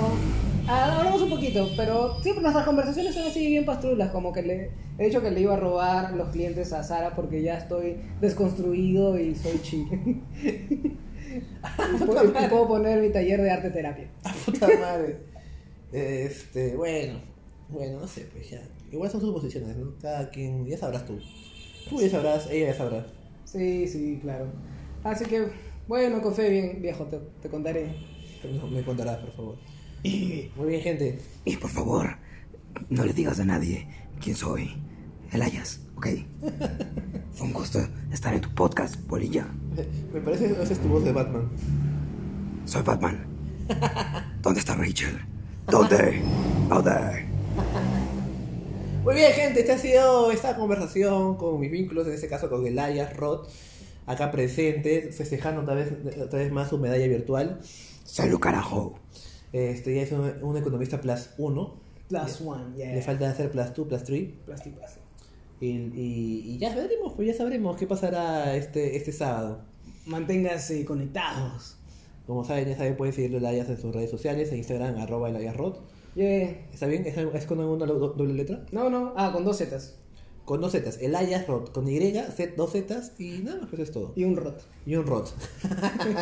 Speaker 3: ah, hablamos un poquito, pero siempre nuestras conversaciones son así bien pastrulas. Como que le he dicho que le iba a robar los clientes a Sara porque ya estoy desconstruido y soy chill. y, puedo, y puedo poner mi taller de arte terapia.
Speaker 1: Puta madre. Este, bueno, bueno, no sé, pues ya. Igual son suposiciones, ¿no? Cada quien, ya sabrás tú. Tú ya sabrás, ella ya sabrá.
Speaker 3: Sí, sí, claro. Así que, bueno, con fe bien, viejo, te, te contaré.
Speaker 1: Pero no me contarás, por favor. Muy bien, gente.
Speaker 2: Y por favor, no le digas a nadie quién soy. Elayas, ¿ok? Fue un gusto estar en tu podcast, bolilla.
Speaker 1: Me parece que esa es tu voz de Batman.
Speaker 2: Soy Batman. ¿Dónde está Rachel? ¿Dónde? ¿Dónde?
Speaker 1: Muy bien, gente, esta ha sido esta conversación con mis vínculos, en este caso con Elaya Roth, acá presente, festejando otra vez, otra vez más su medalla virtual.
Speaker 2: Soy Lu carajo.
Speaker 1: Este, ya es un, un economista plus uno.
Speaker 3: Plus one, yeah.
Speaker 1: Le falta hacer plus 2, plus 3.
Speaker 3: Plastipas.
Speaker 1: Y, y- y ya veremos, pues ya sabremos qué pasará este, este sábado.
Speaker 3: Manténgase conectados.
Speaker 1: Como saben, ya saben, pueden seguirlo a Elias en sus redes sociales, en Instagram, arroba Eliasrod.
Speaker 3: Yeah.
Speaker 1: ¿Está bien? ¿Es, es con una do- doble letra?
Speaker 3: No, no, ah, con dos zetas
Speaker 1: Con dos zetas, Elias Rod, con Y, Z, dos zetas y nada más, pues es todo.
Speaker 3: y un rot.
Speaker 1: Y un Rod.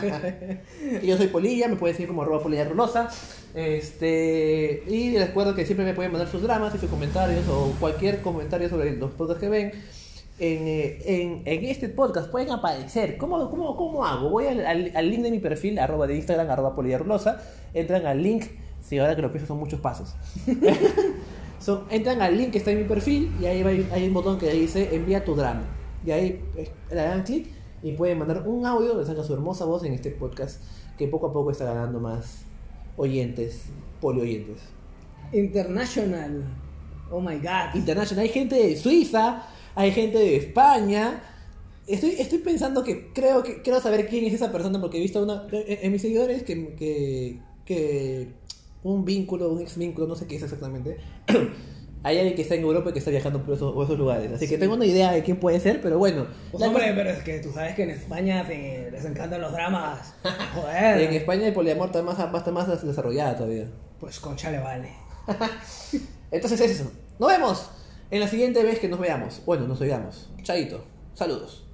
Speaker 1: y yo soy Polilla, me pueden seguir como arroba Polilla Rulosa. Este, y les recuerdo que siempre me pueden mandar sus dramas y sus comentarios o cualquier comentario sobre los podcasts que ven. En, eh, en, en este podcast pueden aparecer. ¿Cómo, cómo, cómo hago? Voy al, al- al link de mi perfil, arroba de Instagram, arroba Polilla Rulosa. Entran al link. Si ahora que lo pienso son muchos pasos. Son- entran al link que está en mi perfil y ahí va- hay un botón que dice envía tu drama. Y ahí eh, le dan clic y pueden mandar un audio donde salga su hermosa voz en este podcast que poco a poco está ganando más oyentes, polioyentes.
Speaker 3: International. Oh my god.
Speaker 1: International, hay gente de Suiza, hay gente de España. Estoy, estoy pensando que creo que quiero saber quién es esa persona porque he visto una, en, en mis seguidores que, que, que un vínculo, un ex vínculo, no sé qué es exactamente. Hay alguien que está en Europa y que está viajando por esos, por esos lugares. Así que tengo una idea de quién puede ser, pero bueno.
Speaker 3: Pues
Speaker 1: La
Speaker 3: hombre,
Speaker 1: cosa-
Speaker 3: pero es que tú sabes que en España te- les encantan los dramas.
Speaker 1: en
Speaker 3: Joder.
Speaker 1: España el poliamor está más, está más desarrollada todavía.
Speaker 3: Pues concha le vale.
Speaker 1: Entonces es eso. Nos vemos en la siguiente vez que nos veamos. Bueno, nos oigamos. Chaito. Saludos.